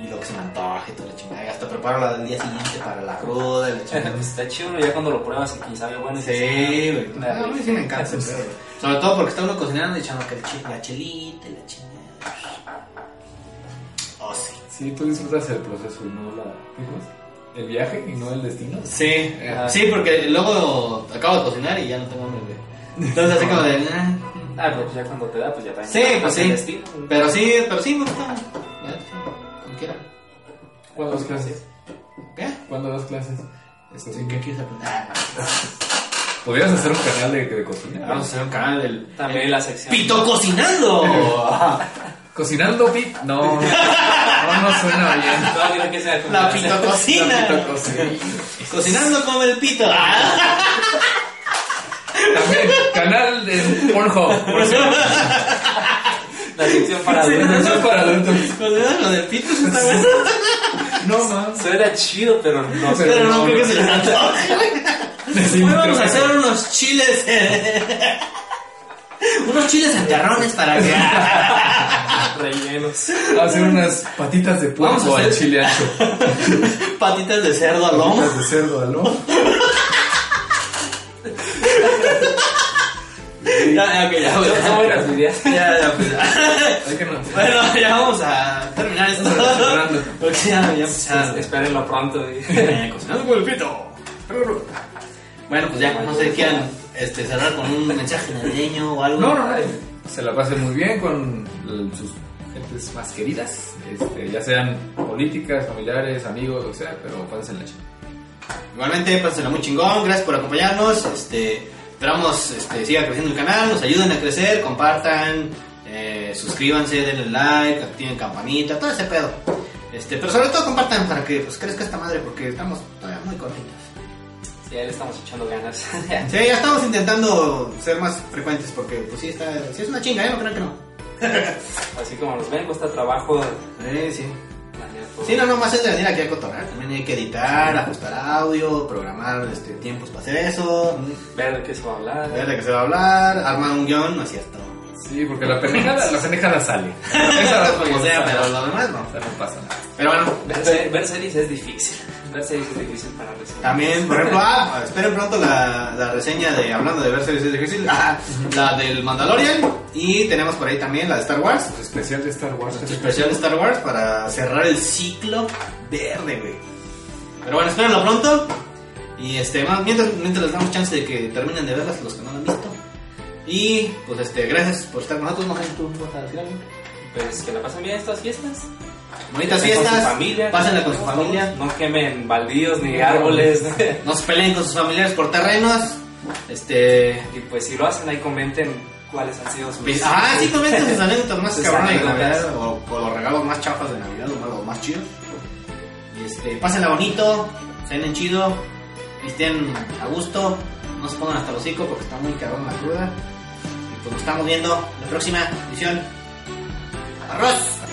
Speaker 4: y, y lo que se me antoje, toda la chingada. Y hasta preparo la del día siguiente para la cruda, y la chingada.
Speaker 1: Pues Está chido, ¿no? ya cuando lo pruebas y quién sabe, bueno.
Speaker 4: Sí,
Speaker 1: dices,
Speaker 4: güey.
Speaker 1: ah,
Speaker 4: No, a mí sí me encanta ese pedo, güey. Sobre todo porque está uno cocinando y echando que el chi- la chelita y la chingada. Oh, sí.
Speaker 2: Sí, tú disfrutas el proceso y no la. ¿qué es? El viaje y no el destino.
Speaker 4: Sí,
Speaker 2: Ajá.
Speaker 4: sí, porque luego acabo de cocinar y ya no tengo hambre, güey. Entonces así como de... "Ah".
Speaker 1: Ah, pero ya cuando te da, pues ya también.
Speaker 4: Sí, pues
Speaker 1: el
Speaker 4: sí.
Speaker 1: destino.
Speaker 4: Pero sí, pero sí, me gusta. Ya, sí, Como quiera. Pues
Speaker 2: ¿Cuándo
Speaker 1: Pues
Speaker 2: das clases?
Speaker 4: ¿Qué?
Speaker 2: ¿Cuándo das clases?
Speaker 4: Este, ¿Qué quieres aprender?
Speaker 2: Podrías hacer un canal de, de cocina.
Speaker 4: Vamos a hacer un canal del...
Speaker 1: También la sección.
Speaker 4: ¡Pito cocinando!
Speaker 2: Cocinando pip. No. No, no suena bien.
Speaker 1: No, creo que sea
Speaker 4: La pito
Speaker 2: Pito
Speaker 4: cocina.
Speaker 2: cocina.
Speaker 4: Cocinando con el pito. Ah.
Speaker 2: También, canal de Pornhub. Por eso,
Speaker 1: La sección para adultos.
Speaker 2: no para adultos.
Speaker 4: Cocinando con el pito.
Speaker 2: No mames.
Speaker 1: Suena chido, pero no sé.
Speaker 4: Pero no creo que se les antoje.
Speaker 2: Sí,
Speaker 4: Hoy
Speaker 2: creo
Speaker 4: vamos a
Speaker 2: que-
Speaker 4: hacer unos chiles. eh, unos chiles enterrones para que.
Speaker 1: Rellenos.
Speaker 2: hacer unas patitas de
Speaker 4: Vamos a
Speaker 2: puerco al
Speaker 4: hacer-
Speaker 2: chile ancho.
Speaker 4: Patitas de cerdo al lomo.
Speaker 2: Patitas de cerdo al lomo.
Speaker 4: Ya, ya, ya,
Speaker 1: Son
Speaker 4: ya,
Speaker 1: buenas ideas.
Speaker 4: Ya, ya, pues, ya.
Speaker 2: Hay que no.
Speaker 4: Bueno, ya vamos a terminar esto.
Speaker 2: Cerrando.
Speaker 4: Porque ya, ya, pues, ya.
Speaker 1: Ah, Espérenlo pronto. y-
Speaker 4: Eh, Cocinando con el pito. Bueno, pues ya, no sé, quieran este, cerrar con un mensaje navideño o algo.
Speaker 2: No, no, no. Se la pase muy bien con l- sus gentes más queridas, este, ya sean políticas, familiares, amigos, lo que sea, pero pásenla chido.
Speaker 4: Igualmente, pásenla muy chingón, gracias por acompañarnos. Este, esperamos este, siga creciendo el canal, nos ayuden a crecer, compartan, eh, suscríbanse, denle like, activen campanita, todo ese pedo. Este, pero sobre todo compartan para que pues, crezca esta madre porque estamos todavía muy cortitos.
Speaker 1: Sí, ya le estamos echando ganas.
Speaker 4: Sí, ya estamos intentando ser más frecuentes porque pues sí, está, sí es una chinga, ¿eh? No crean que no.
Speaker 1: Así como nos ven, cuesta trabajo.
Speaker 4: Eh, sí.
Speaker 1: planear todo.
Speaker 4: Sí, no, nomás es de venir aquí a cotorrear. También hay que editar, ajustar audio, programar este, tiempos para hacer eso.
Speaker 1: Ver de qué se va a hablar.
Speaker 4: Ver de qué se va a hablar, armar un guión, no es cierto.
Speaker 2: Sí, porque la pendejada, la pendejada sale. Esa la
Speaker 4: Como sea, Pues pero lo demás no.
Speaker 2: O sea, no pasa nada.
Speaker 4: Pero bueno,
Speaker 1: Ver, se- ver series es difícil. Ver series es difícil para recibir.
Speaker 4: también, por ejemplo, ah, esperen pronto la, la reseña de hablando de ver series es difícil, ah, la del Mandalorian y tenemos por ahí también la de Star Wars,
Speaker 2: Especial de Star Wars.
Speaker 4: nuestro especial de Star Wars para cerrar el ciclo verde, güey. Pero bueno, espérenlo pronto y este, bueno, mientras, mientras les damos chance de que terminen de verlas los que no la han visto. Y pues este, gracias por estar con nosotros, no sé, tú vas a decir algo.
Speaker 1: Pues que la pasen bien estas fiestas.
Speaker 4: Bonitas
Speaker 1: Con su
Speaker 4: fiestas,
Speaker 1: familia.
Speaker 4: pásenla con su familia.
Speaker 1: No quemen baldíos ni árboles.
Speaker 4: No se peleen con sus familiares por terrenos. Este.
Speaker 1: y pues si lo hacen, ahí comenten cuáles han sido sus.
Speaker 4: pues, ah, sí, comenten sus anécdotas más
Speaker 1: Sus
Speaker 4: cabrones de
Speaker 1: anécdotas.
Speaker 4: Navidad o, o los regalos más chafas de Navidad o algo más chido. Y este, pásenla bonito, cenen chido, estén a gusto, no se pongan hasta los hocico porque está muy cabrón la cruda. Y pues nos estamos viendo en la próxima edición. ¡Arroz!